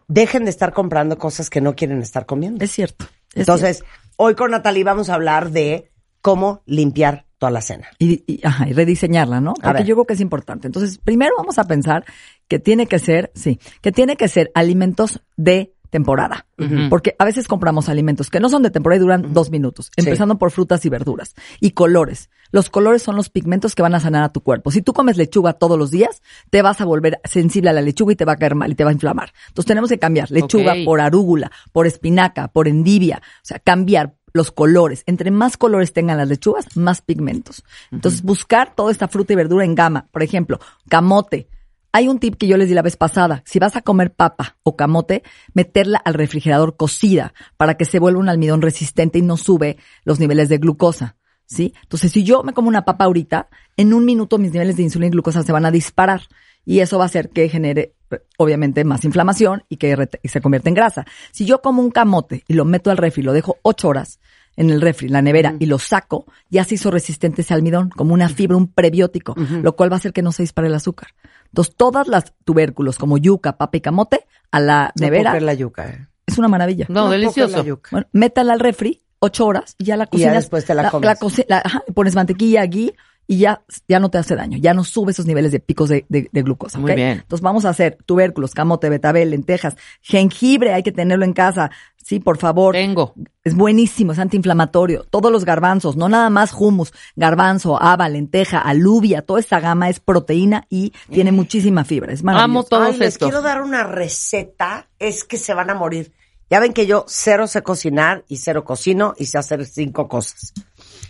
[SPEAKER 2] dejen de estar comprando cosas que no quieren estar comiendo.
[SPEAKER 4] Es cierto. es
[SPEAKER 2] Entonces, hoy con Natalie vamos a hablar de cómo limpiar toda la cena.
[SPEAKER 4] Y, y- ajá, y rediseñarla, ¿no? Porque
[SPEAKER 2] ver.
[SPEAKER 4] yo creo que es importante. Entonces, primero vamos a pensar que tiene que ser, sí, que tiene que ser alimentos de temporada. Porque a veces compramos alimentos que no son de temporada y duran dos minutos, empezando por frutas y verduras. Y colores. Los colores son los pigmentos que van a sanar a tu cuerpo. Si tú comes lechuga todos los días, te vas a volver sensible a la lechuga y te va a caer mal y te va a inflamar. Entonces tenemos que cambiar lechuga
[SPEAKER 3] Ok.
[SPEAKER 4] por arúgula, por espinaca, por endivia. O sea, cambiar los colores. Entre más colores tengan las lechugas, más pigmentos. Entonces, buscar toda esta fruta y verdura en gama. Por ejemplo, camote. Hay un tip que yo les di la vez pasada. Si vas a comer papa o camote, meterla al refrigerador cocida para que se vuelva un almidón resistente y no sube los niveles de glucosa. ¿Sí? Entonces, si yo me como una papa ahorita, en un minuto mis niveles de insulina y glucosa se van a disparar. Y eso va a hacer que genere, eh, obviamente, más inflamación y que rete- y se convierta en grasa. Si yo como un camote y lo meto al refri, lo dejo ocho horas en el refri, la nevera, y lo saco, ya se hizo resistente ese almidón, como una fibra, un prebiótico, lo cual va a hacer que no se dispare el azúcar. Entonces, todas las tubérculos, como yuca, papa y camote, a la nevera,
[SPEAKER 2] No la yuca. ¿eh?
[SPEAKER 4] es una maravilla.
[SPEAKER 3] No,
[SPEAKER 2] No,
[SPEAKER 3] delicioso.
[SPEAKER 2] poca la yuca.
[SPEAKER 4] Bueno, métala al refri, ocho horas, y ya la
[SPEAKER 2] Y ya
[SPEAKER 4] cocinas.
[SPEAKER 2] después te la comes.
[SPEAKER 4] coce- la- ajá, le pones mantequilla, aquí y ya, ya no te hace daño. Ya no sube esos niveles de picos de, de- de glucosa.
[SPEAKER 3] Muy
[SPEAKER 4] ¿ok?
[SPEAKER 3] bien.
[SPEAKER 4] Entonces vamos a hacer tubérculos, camote, betabel, lentejas, jengibre, hay que tenerlo en casa. Sí, por favor.
[SPEAKER 3] Tengo.
[SPEAKER 4] Es buenísimo, es antiinflamatorio. Todos los garbanzos, no nada más hummus, garbanzo, haba, lenteja, alubia, toda esa gama es proteína y tiene muchísima fibra. Es maravilloso.
[SPEAKER 3] Amo todos
[SPEAKER 2] Ay, les
[SPEAKER 3] estos.
[SPEAKER 2] quiero dar una receta, es que se van a morir. Ya ven que yo cero sé cocinar y cero cocino y sé hacer cinco cosas.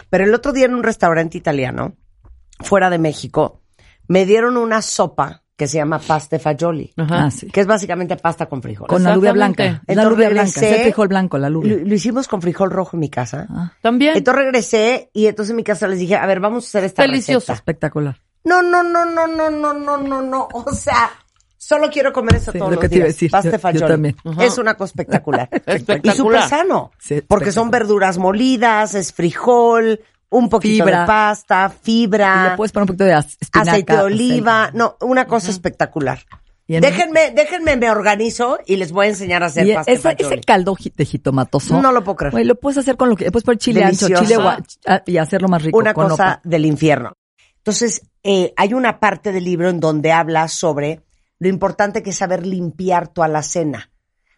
[SPEAKER 2] Pero el otro día en un restaurante italiano, fuera de México, me dieron una sopa que se llama pasta fagioli,
[SPEAKER 3] Ajá.
[SPEAKER 4] Ah, sí.
[SPEAKER 2] que es básicamente pasta con frijol.
[SPEAKER 4] Con alubia blanca.
[SPEAKER 3] Exactamente.
[SPEAKER 4] Es la
[SPEAKER 2] Entonces
[SPEAKER 4] alubia blanca, es el
[SPEAKER 2] regresé-
[SPEAKER 4] frijol blanco, la alubia. Ah,
[SPEAKER 2] Lo, lo hicimos con frijol rojo en mi casa.
[SPEAKER 3] Ah. También.
[SPEAKER 2] Entonces regresé y entonces en mi casa les dije, a ver, vamos a hacer esta
[SPEAKER 3] Delicioso.
[SPEAKER 2] receta.
[SPEAKER 4] Espectacular.
[SPEAKER 2] No, no, no, no, no, no, no, no, no. O sea, solo quiero comer eso
[SPEAKER 4] Sí,
[SPEAKER 2] todos
[SPEAKER 4] lo
[SPEAKER 2] los
[SPEAKER 4] que te iba a
[SPEAKER 2] días.
[SPEAKER 4] decir.
[SPEAKER 2] Pasta
[SPEAKER 4] Yo- yo
[SPEAKER 2] fagioli.
[SPEAKER 4] también.
[SPEAKER 3] Ajá.
[SPEAKER 2] Es una cosa espectacular.
[SPEAKER 3] Espectacular.
[SPEAKER 2] Y súper sano.
[SPEAKER 4] Sí,
[SPEAKER 2] porque son verduras molidas, es frijol, un poquito de
[SPEAKER 4] Fibra.
[SPEAKER 2] pasta,
[SPEAKER 4] Y
[SPEAKER 2] fibra,
[SPEAKER 4] le puedes poner un poquito de az- espinaca.
[SPEAKER 2] Ah. aceite de oliva.
[SPEAKER 4] acelga.
[SPEAKER 2] No, una cosa espectacular.
[SPEAKER 4] Y en-
[SPEAKER 2] Déjenme, déjenme, me organizo y les voy a enseñar a hacer
[SPEAKER 4] Y
[SPEAKER 2] pasta
[SPEAKER 4] ese,
[SPEAKER 2] fagioli.
[SPEAKER 4] ese caldo ji- de jitomatoso.
[SPEAKER 2] No lo puedo creer.
[SPEAKER 4] güey, lo puedes hacer con lo que. Puedes poner chile ancho,
[SPEAKER 2] Delicioso.
[SPEAKER 4] chile gua- ch- ah, y hacerlo más rico.
[SPEAKER 2] una
[SPEAKER 4] con
[SPEAKER 2] cosa
[SPEAKER 4] opa.
[SPEAKER 2] del infierno. Entonces, eh, hay una parte del libro en donde habla sobre lo importante que es saber limpiar tu alacena,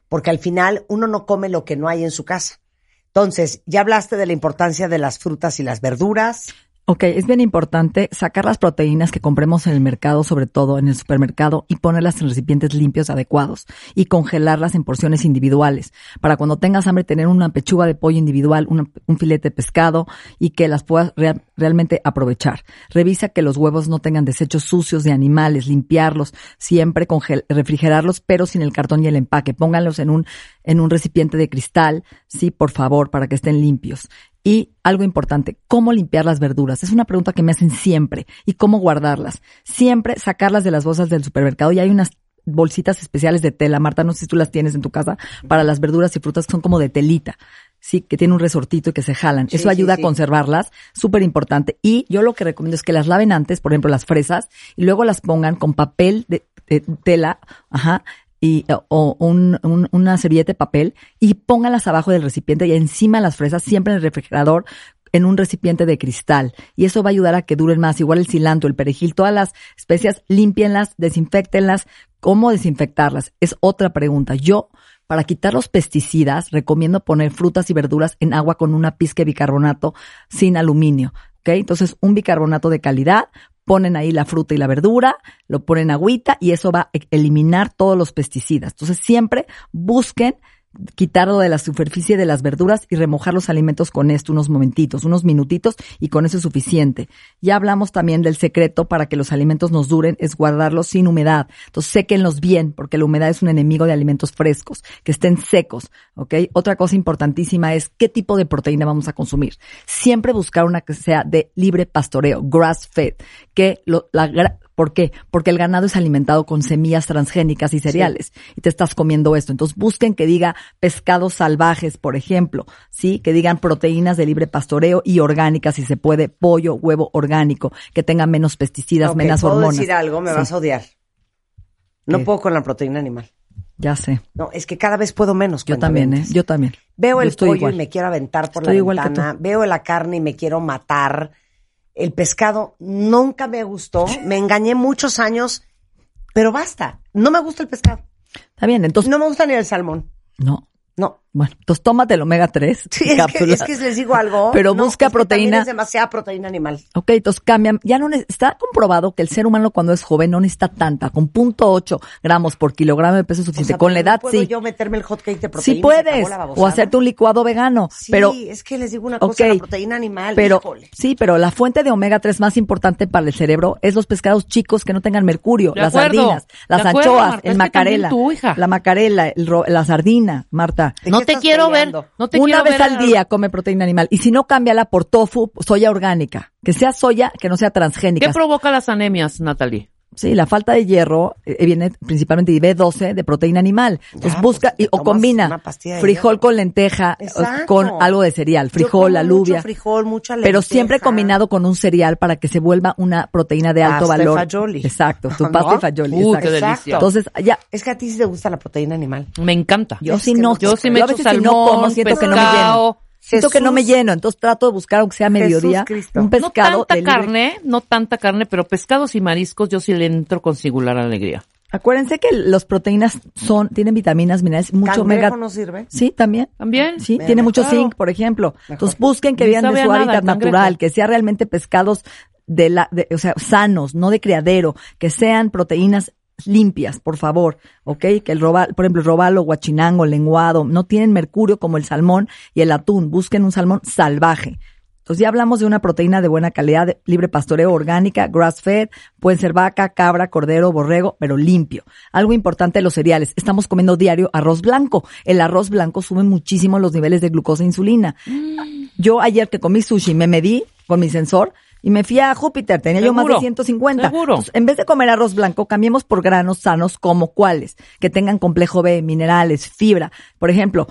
[SPEAKER 2] porque al final uno no come lo que no hay en su casa. Entonces, ya hablaste de la importancia de las frutas y las verduras.
[SPEAKER 4] Ok, es bien importante sacar las proteínas que compremos en el mercado, sobre todo en el supermercado, y ponerlas en recipientes limpios adecuados y congelarlas en porciones individuales para cuando tengas hambre tener una pechuga de pollo individual, una- un filete de pescado y que las puedas real- realmente aprovechar. Revisa que los huevos no tengan desechos sucios de animales, limpiarlos, siempre congel- refrigerarlos, pero sin el cartón y el empaque. Pónganlos en un, en un recipiente de cristal, sí, por favor, para que estén limpios. Y algo importante, ¿cómo limpiar las verduras? Es una pregunta que me hacen siempre. ¿Y cómo guardarlas? Siempre sacarlas de las bolsas del supermercado y hay unas bolsitas especiales de tela, Marta, no sé si tú las tienes en tu casa, para las verduras y frutas que son como de telita. Sí, que tiene un resortito y que se jalan. Eso ayuda a conservarlas, súper importante. Y yo lo que recomiendo es que las laven antes, por ejemplo, las fresas, y luego las pongan con papel de, de tela, ajá, y, o un, un- una servilleta de papel y póngalas abajo del recipiente y encima las fresas, siempre en el refrigerador, en un recipiente de cristal. Y eso va a ayudar a que duren más. Igual el cilantro, el perejil, todas las especias, límpienlas, desinfectenlas. ¿Cómo desinfectarlas? Es otra pregunta. Yo, para quitar los pesticidas, recomiendo poner frutas y verduras en agua con una pizca de bicarbonato sin aluminio. ¿ok? Entonces, un bicarbonato de calidad, ponen ahí la fruta y la verdura, lo ponen agüita y eso va a e- eliminar todos los pesticidas. Entonces, siempre busquen quitarlo de la superficie de las verduras y remojar los alimentos con esto unos momentitos, unos minutitos y con eso es suficiente. Ya hablamos también del secreto para que los alimentos nos duren es guardarlos sin humedad. Entonces, séquenlos bien porque la humedad es un enemigo de alimentos frescos, que estén secos, ¿ok? Otra cosa importantísima es qué tipo de proteína vamos a consumir. Siempre buscar una que sea de libre pastoreo, grass fed, que lo- la, gra- ¿Por qué? Porque el ganado es alimentado con semillas transgénicas y cereales y te estás comiendo esto. Entonces busquen que diga pescados salvajes, por ejemplo, ¿sí? Que digan proteínas de libre pastoreo y orgánicas, si se puede, pollo, huevo orgánico, que tengan menos pesticidas,
[SPEAKER 2] Ok,
[SPEAKER 4] menos
[SPEAKER 2] ¿puedo
[SPEAKER 4] hormonas.
[SPEAKER 2] decir algo? Me
[SPEAKER 4] Sí,
[SPEAKER 2] vas a odiar. No
[SPEAKER 4] ¿Qué?
[SPEAKER 2] puedo con la proteína animal.
[SPEAKER 4] Ya sé.
[SPEAKER 2] No, es que cada vez puedo menos.
[SPEAKER 4] Yo también, ¿eh?
[SPEAKER 2] cuentavientes.
[SPEAKER 4] Yo también.
[SPEAKER 2] Veo
[SPEAKER 4] Yo
[SPEAKER 2] el
[SPEAKER 4] estoy
[SPEAKER 2] pollo
[SPEAKER 4] igual.
[SPEAKER 2] y me quiero aventar por
[SPEAKER 4] Estoy
[SPEAKER 2] la
[SPEAKER 4] igual que
[SPEAKER 2] ventana. Veo la carne y me quiero matar. El pescado nunca me gustó. Me engañé muchos años, pero basta. No me gusta el pescado.
[SPEAKER 4] Está bien, entonces.
[SPEAKER 2] No me gusta ni el salmón.
[SPEAKER 4] No.
[SPEAKER 2] No.
[SPEAKER 4] Bueno, entonces tómate el omega 3.
[SPEAKER 2] Sí, es, que, es que les digo algo.
[SPEAKER 4] Pero
[SPEAKER 2] No,
[SPEAKER 4] busca
[SPEAKER 2] es que también
[SPEAKER 4] proteína.
[SPEAKER 2] Es demasiada proteína animal.
[SPEAKER 4] Ok, entonces cambian. Ya no ne- está comprobado que el ser humano cuando es joven no necesita tanta, con 0.8 gramos por kilogramo de peso es
[SPEAKER 2] O
[SPEAKER 4] suficiente.
[SPEAKER 2] sea,
[SPEAKER 4] con la
[SPEAKER 2] pero no
[SPEAKER 4] edad
[SPEAKER 2] puedo
[SPEAKER 4] sí.
[SPEAKER 2] yo meterme el hot cake de proteína.
[SPEAKER 4] Sí
[SPEAKER 2] y se
[SPEAKER 4] puedes.
[SPEAKER 2] acabó la
[SPEAKER 4] O
[SPEAKER 2] babosada.
[SPEAKER 4] hacerte un licuado vegano.
[SPEAKER 2] Sí,
[SPEAKER 4] pero
[SPEAKER 2] es que les digo una
[SPEAKER 4] Ok,
[SPEAKER 2] cosa, la proteína animal,
[SPEAKER 4] Pero,
[SPEAKER 2] híjole.
[SPEAKER 4] sí, pero la fuente de omega 3 más importante para el cerebro es los pescados chicos que no tengan mercurio,
[SPEAKER 3] De
[SPEAKER 4] las
[SPEAKER 3] acuerdo,
[SPEAKER 4] sardinas, las
[SPEAKER 3] de acuerdo,
[SPEAKER 4] anchoas,
[SPEAKER 3] Marta,
[SPEAKER 4] el
[SPEAKER 3] es que
[SPEAKER 4] macarela,
[SPEAKER 3] también tu hija.
[SPEAKER 4] la macarela, el ro- la sardina, Marta.
[SPEAKER 2] ¿De
[SPEAKER 3] No
[SPEAKER 2] qué
[SPEAKER 3] te
[SPEAKER 2] estás
[SPEAKER 3] quiero
[SPEAKER 2] peleando?
[SPEAKER 3] ver. No te
[SPEAKER 4] Una
[SPEAKER 3] quiero
[SPEAKER 4] vez
[SPEAKER 3] ver
[SPEAKER 4] al día come proteína animal y si no cámbiala por tofu, soya orgánica, que sea soya que no sea transgénica.
[SPEAKER 3] ¿Qué provoca las anemias, Natalie?
[SPEAKER 4] Sí, la falta de hierro eh, viene principalmente de B12 de proteína animal. Entonces
[SPEAKER 2] pues,
[SPEAKER 4] busca y-
[SPEAKER 2] te
[SPEAKER 4] o
[SPEAKER 2] tomas
[SPEAKER 4] combina
[SPEAKER 2] una pastilla de
[SPEAKER 4] frijol
[SPEAKER 2] hierro.
[SPEAKER 4] con lenteja o-
[SPEAKER 2] Exacto.
[SPEAKER 4] con algo de cereal,
[SPEAKER 2] Yo como
[SPEAKER 4] frijol,
[SPEAKER 2] mucho
[SPEAKER 4] alubia.
[SPEAKER 2] frijol, mucha
[SPEAKER 4] Pero siempre
[SPEAKER 2] lenteja.
[SPEAKER 4] combinado con un cereal para que se vuelva una proteína de alto
[SPEAKER 2] Pasta y
[SPEAKER 4] valor.
[SPEAKER 2] fagioli.
[SPEAKER 4] Exacto, tu
[SPEAKER 2] ¿No?
[SPEAKER 4] pasta y fagioli.
[SPEAKER 3] Uy,
[SPEAKER 4] exacto.
[SPEAKER 3] Uh, qué delicia.
[SPEAKER 4] Entonces, ya
[SPEAKER 2] Es que a ti sí te gusta la proteína animal.
[SPEAKER 3] Me encanta.
[SPEAKER 4] yo
[SPEAKER 2] Es
[SPEAKER 4] sí
[SPEAKER 2] que
[SPEAKER 4] no,
[SPEAKER 2] no-
[SPEAKER 3] Yo sí me
[SPEAKER 4] a
[SPEAKER 3] echo
[SPEAKER 4] veces si no
[SPEAKER 3] salmón,
[SPEAKER 4] como, siento que no me
[SPEAKER 3] pescado.
[SPEAKER 4] lleno. Siento que no me
[SPEAKER 2] Jesús.
[SPEAKER 4] lleno, entonces trato de buscar aunque sea mediodía
[SPEAKER 2] Cristo.
[SPEAKER 4] un pescado
[SPEAKER 3] no tanta
[SPEAKER 4] de libre-
[SPEAKER 3] carne, no tanta carne, pero pescados y mariscos yo sí le entro con singular alegría.
[SPEAKER 4] Acuérdense que las proteínas son tienen vitaminas, minerales, mucho
[SPEAKER 2] Cangrejo
[SPEAKER 4] omega
[SPEAKER 2] no sirve.
[SPEAKER 4] Sí, también.
[SPEAKER 3] También.
[SPEAKER 4] Sí,
[SPEAKER 2] Mira,
[SPEAKER 4] tiene mucho
[SPEAKER 3] claro.
[SPEAKER 4] zinc, por ejemplo. Entonces busquen que
[SPEAKER 3] Ni
[SPEAKER 4] vean de
[SPEAKER 3] sabe
[SPEAKER 4] su
[SPEAKER 3] a nada
[SPEAKER 4] hábitat
[SPEAKER 3] el cangrejo.
[SPEAKER 4] natural, que sea realmente pescados de la, de- o sea, sanos, no de criadero, que sean proteínas limpias, por favor, ¿ok? Que el robal, por ejemplo, el robalo, guachinango, lenguado, no tienen mercurio como el salmón y el atún. Busquen un salmón salvaje. Entonces ya hablamos de una proteína de buena calidad, de libre pastoreo, orgánica, grass-fed, pueden ser vaca, cabra, cordero, borrego, pero limpio. Algo importante de los cereales, estamos comiendo diario arroz blanco. El arroz blanco sube muchísimo los niveles de glucosa e insulina.
[SPEAKER 3] Mm.
[SPEAKER 4] Yo ayer que comí sushi me medí con mi sensor y me fui a Júpiter, tenía yo más de
[SPEAKER 3] Seguro,
[SPEAKER 4] 150.
[SPEAKER 3] seguro.
[SPEAKER 4] Entonces, en vez de comer arroz blanco, cambiemos por granos sanos como cuáles, que tengan complejo B, minerales, fibra. Por ejemplo,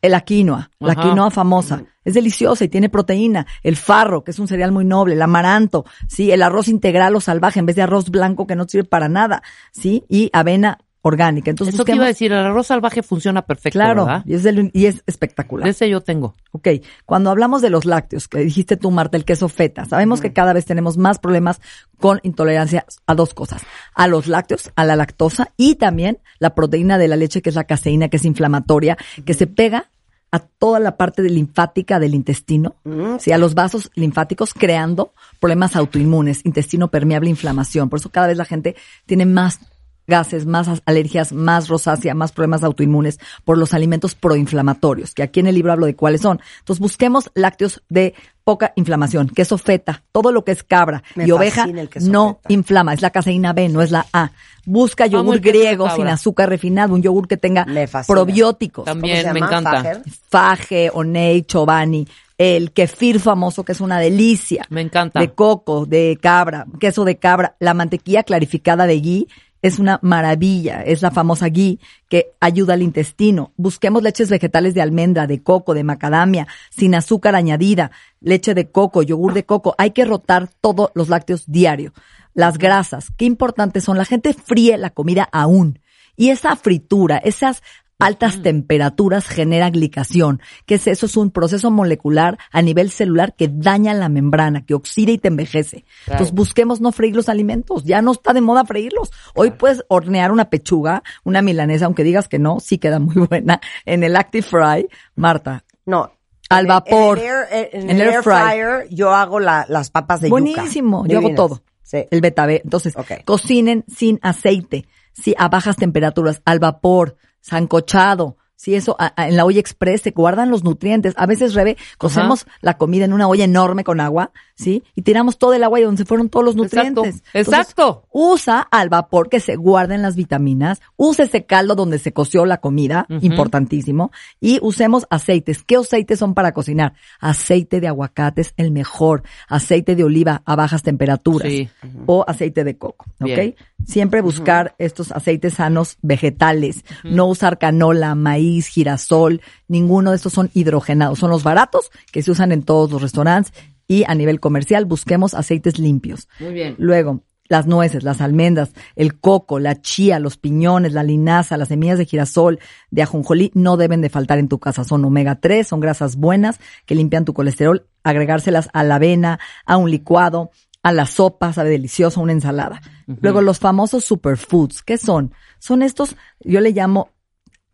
[SPEAKER 4] la quinoa, la
[SPEAKER 3] Ajá.
[SPEAKER 4] quinoa famosa. Es deliciosa y tiene proteína. El farro, que es un cereal muy noble, el amaranto, ¿sí? El arroz integral o salvaje en vez de arroz blanco que no sirve para nada, ¿sí? Y avena orgánica. Entonces,
[SPEAKER 3] Eso te iba
[SPEAKER 4] busquemos-
[SPEAKER 3] a decir, el arroz salvaje funciona perfecto,
[SPEAKER 4] Claro,
[SPEAKER 3] ¿verdad?
[SPEAKER 4] y es, del- y es espectacular.
[SPEAKER 3] De ese yo tengo.
[SPEAKER 4] Ok, cuando hablamos de los lácteos, que dijiste tú, Marta, el queso feta, sabemos que cada vez tenemos más problemas con intolerancia a dos cosas, a los lácteos, a la lactosa y también la proteína de la leche, que es la caseína, que es inflamatoria, que se pega a toda la parte de linfática del intestino, sí, a los vasos linfáticos, creando problemas autoinmunes, intestino permeable, inflamación. Por eso cada vez la gente tiene más gases, más as- alergias, más rosácea, más problemas autoinmunes por los alimentos proinflamatorios, que aquí en el libro hablo de cuáles son. Entonces busquemos lácteos de poca inflamación, queso feta, todo lo que es cabra
[SPEAKER 2] Me
[SPEAKER 4] y oveja
[SPEAKER 2] fascina el queso
[SPEAKER 4] no
[SPEAKER 2] feta.
[SPEAKER 4] inflama, es la caseína B, no es la A. Busca
[SPEAKER 3] Amo
[SPEAKER 4] yogur
[SPEAKER 3] el queso de
[SPEAKER 4] griego
[SPEAKER 3] cabra.
[SPEAKER 4] sin azúcar refinado, un yogur que tenga
[SPEAKER 2] Me fascina.
[SPEAKER 4] probióticos.
[SPEAKER 3] También.
[SPEAKER 2] ¿Cómo se
[SPEAKER 3] Bien, me
[SPEAKER 2] llama?
[SPEAKER 3] encanta.
[SPEAKER 2] Fajer.
[SPEAKER 4] Faje, Oney, Chobani, el kefir famoso, que es una delicia.
[SPEAKER 3] Me encanta.
[SPEAKER 4] De coco, de cabra, queso de cabra, la mantequilla clarificada de ghee es una maravilla, es la famosa ghee que ayuda al intestino. Busquemos leches vegetales de almendra, de coco, de macadamia, sin azúcar añadida, leche de coco, yogur de coco. Hay que rotar todos los lácteos diario. Las grasas, qué importantes son. La gente fríe la comida aún. Y esa fritura, esas altas temperaturas genera glicación, que es, eso es un proceso molecular a nivel celular que daña la membrana, que oxida y te envejece. Entonces busquemos no freír los alimentos, ya no está de moda freírlos. Hoy puedes hornear una pechuga, una milanesa, aunque digas que no, sí queda muy buena, en el Active Fry. Marta,
[SPEAKER 2] No.
[SPEAKER 4] Al
[SPEAKER 2] En el-
[SPEAKER 4] vapor.
[SPEAKER 2] En el air, eh, en
[SPEAKER 4] En
[SPEAKER 2] el
[SPEAKER 4] el
[SPEAKER 2] air
[SPEAKER 4] air fry.
[SPEAKER 2] fryer yo hago la- las papas de yuca.
[SPEAKER 4] Buenísimo, yo hago
[SPEAKER 2] Divinas.
[SPEAKER 4] todo.
[SPEAKER 2] Sí.
[SPEAKER 4] El betabel. Entonces,
[SPEAKER 2] Ok.
[SPEAKER 4] cocinen sin aceite, sí, a bajas temperaturas, al vapor, sancochado. Sí, eso a- a- en la olla express se guardan los nutrientes. A veces, Rebe, cocemos la comida en una olla enorme con agua, ¿sí? Y tiramos todo el agua y donde se fueron todos los
[SPEAKER 3] Exacto,
[SPEAKER 4] nutrientes. Entonces,
[SPEAKER 3] exacto.
[SPEAKER 4] usa al vapor que se guarden las vitaminas, usa ese caldo donde se coció la comida, importantísimo, y usemos aceites. ¿Qué aceites son para cocinar? Aceite de aguacate es el mejor, aceite de oliva a bajas temperaturas
[SPEAKER 3] Sí.
[SPEAKER 4] o aceite de coco, ¿ok?
[SPEAKER 3] Bien.
[SPEAKER 4] Siempre buscar estos aceites sanos vegetales, no usar canola, maíz, girasol, ninguno de estos son hidrogenados, son los baratos que se usan en todos los restaurantes y a nivel comercial busquemos aceites limpios.
[SPEAKER 3] Muy bien.
[SPEAKER 4] Luego, las nueces, las almendras, el coco, la chía, los piñones, la linaza, las semillas de girasol, de ajonjolí, no deben de faltar en tu casa. Son omega 3, son grasas buenas que limpian tu colesterol. Agregárselas a la avena, a un licuado, a la sopa, sabe delicioso, a una ensalada. Luego, los famosos superfoods, ¿qué son? Son estos, yo le llamo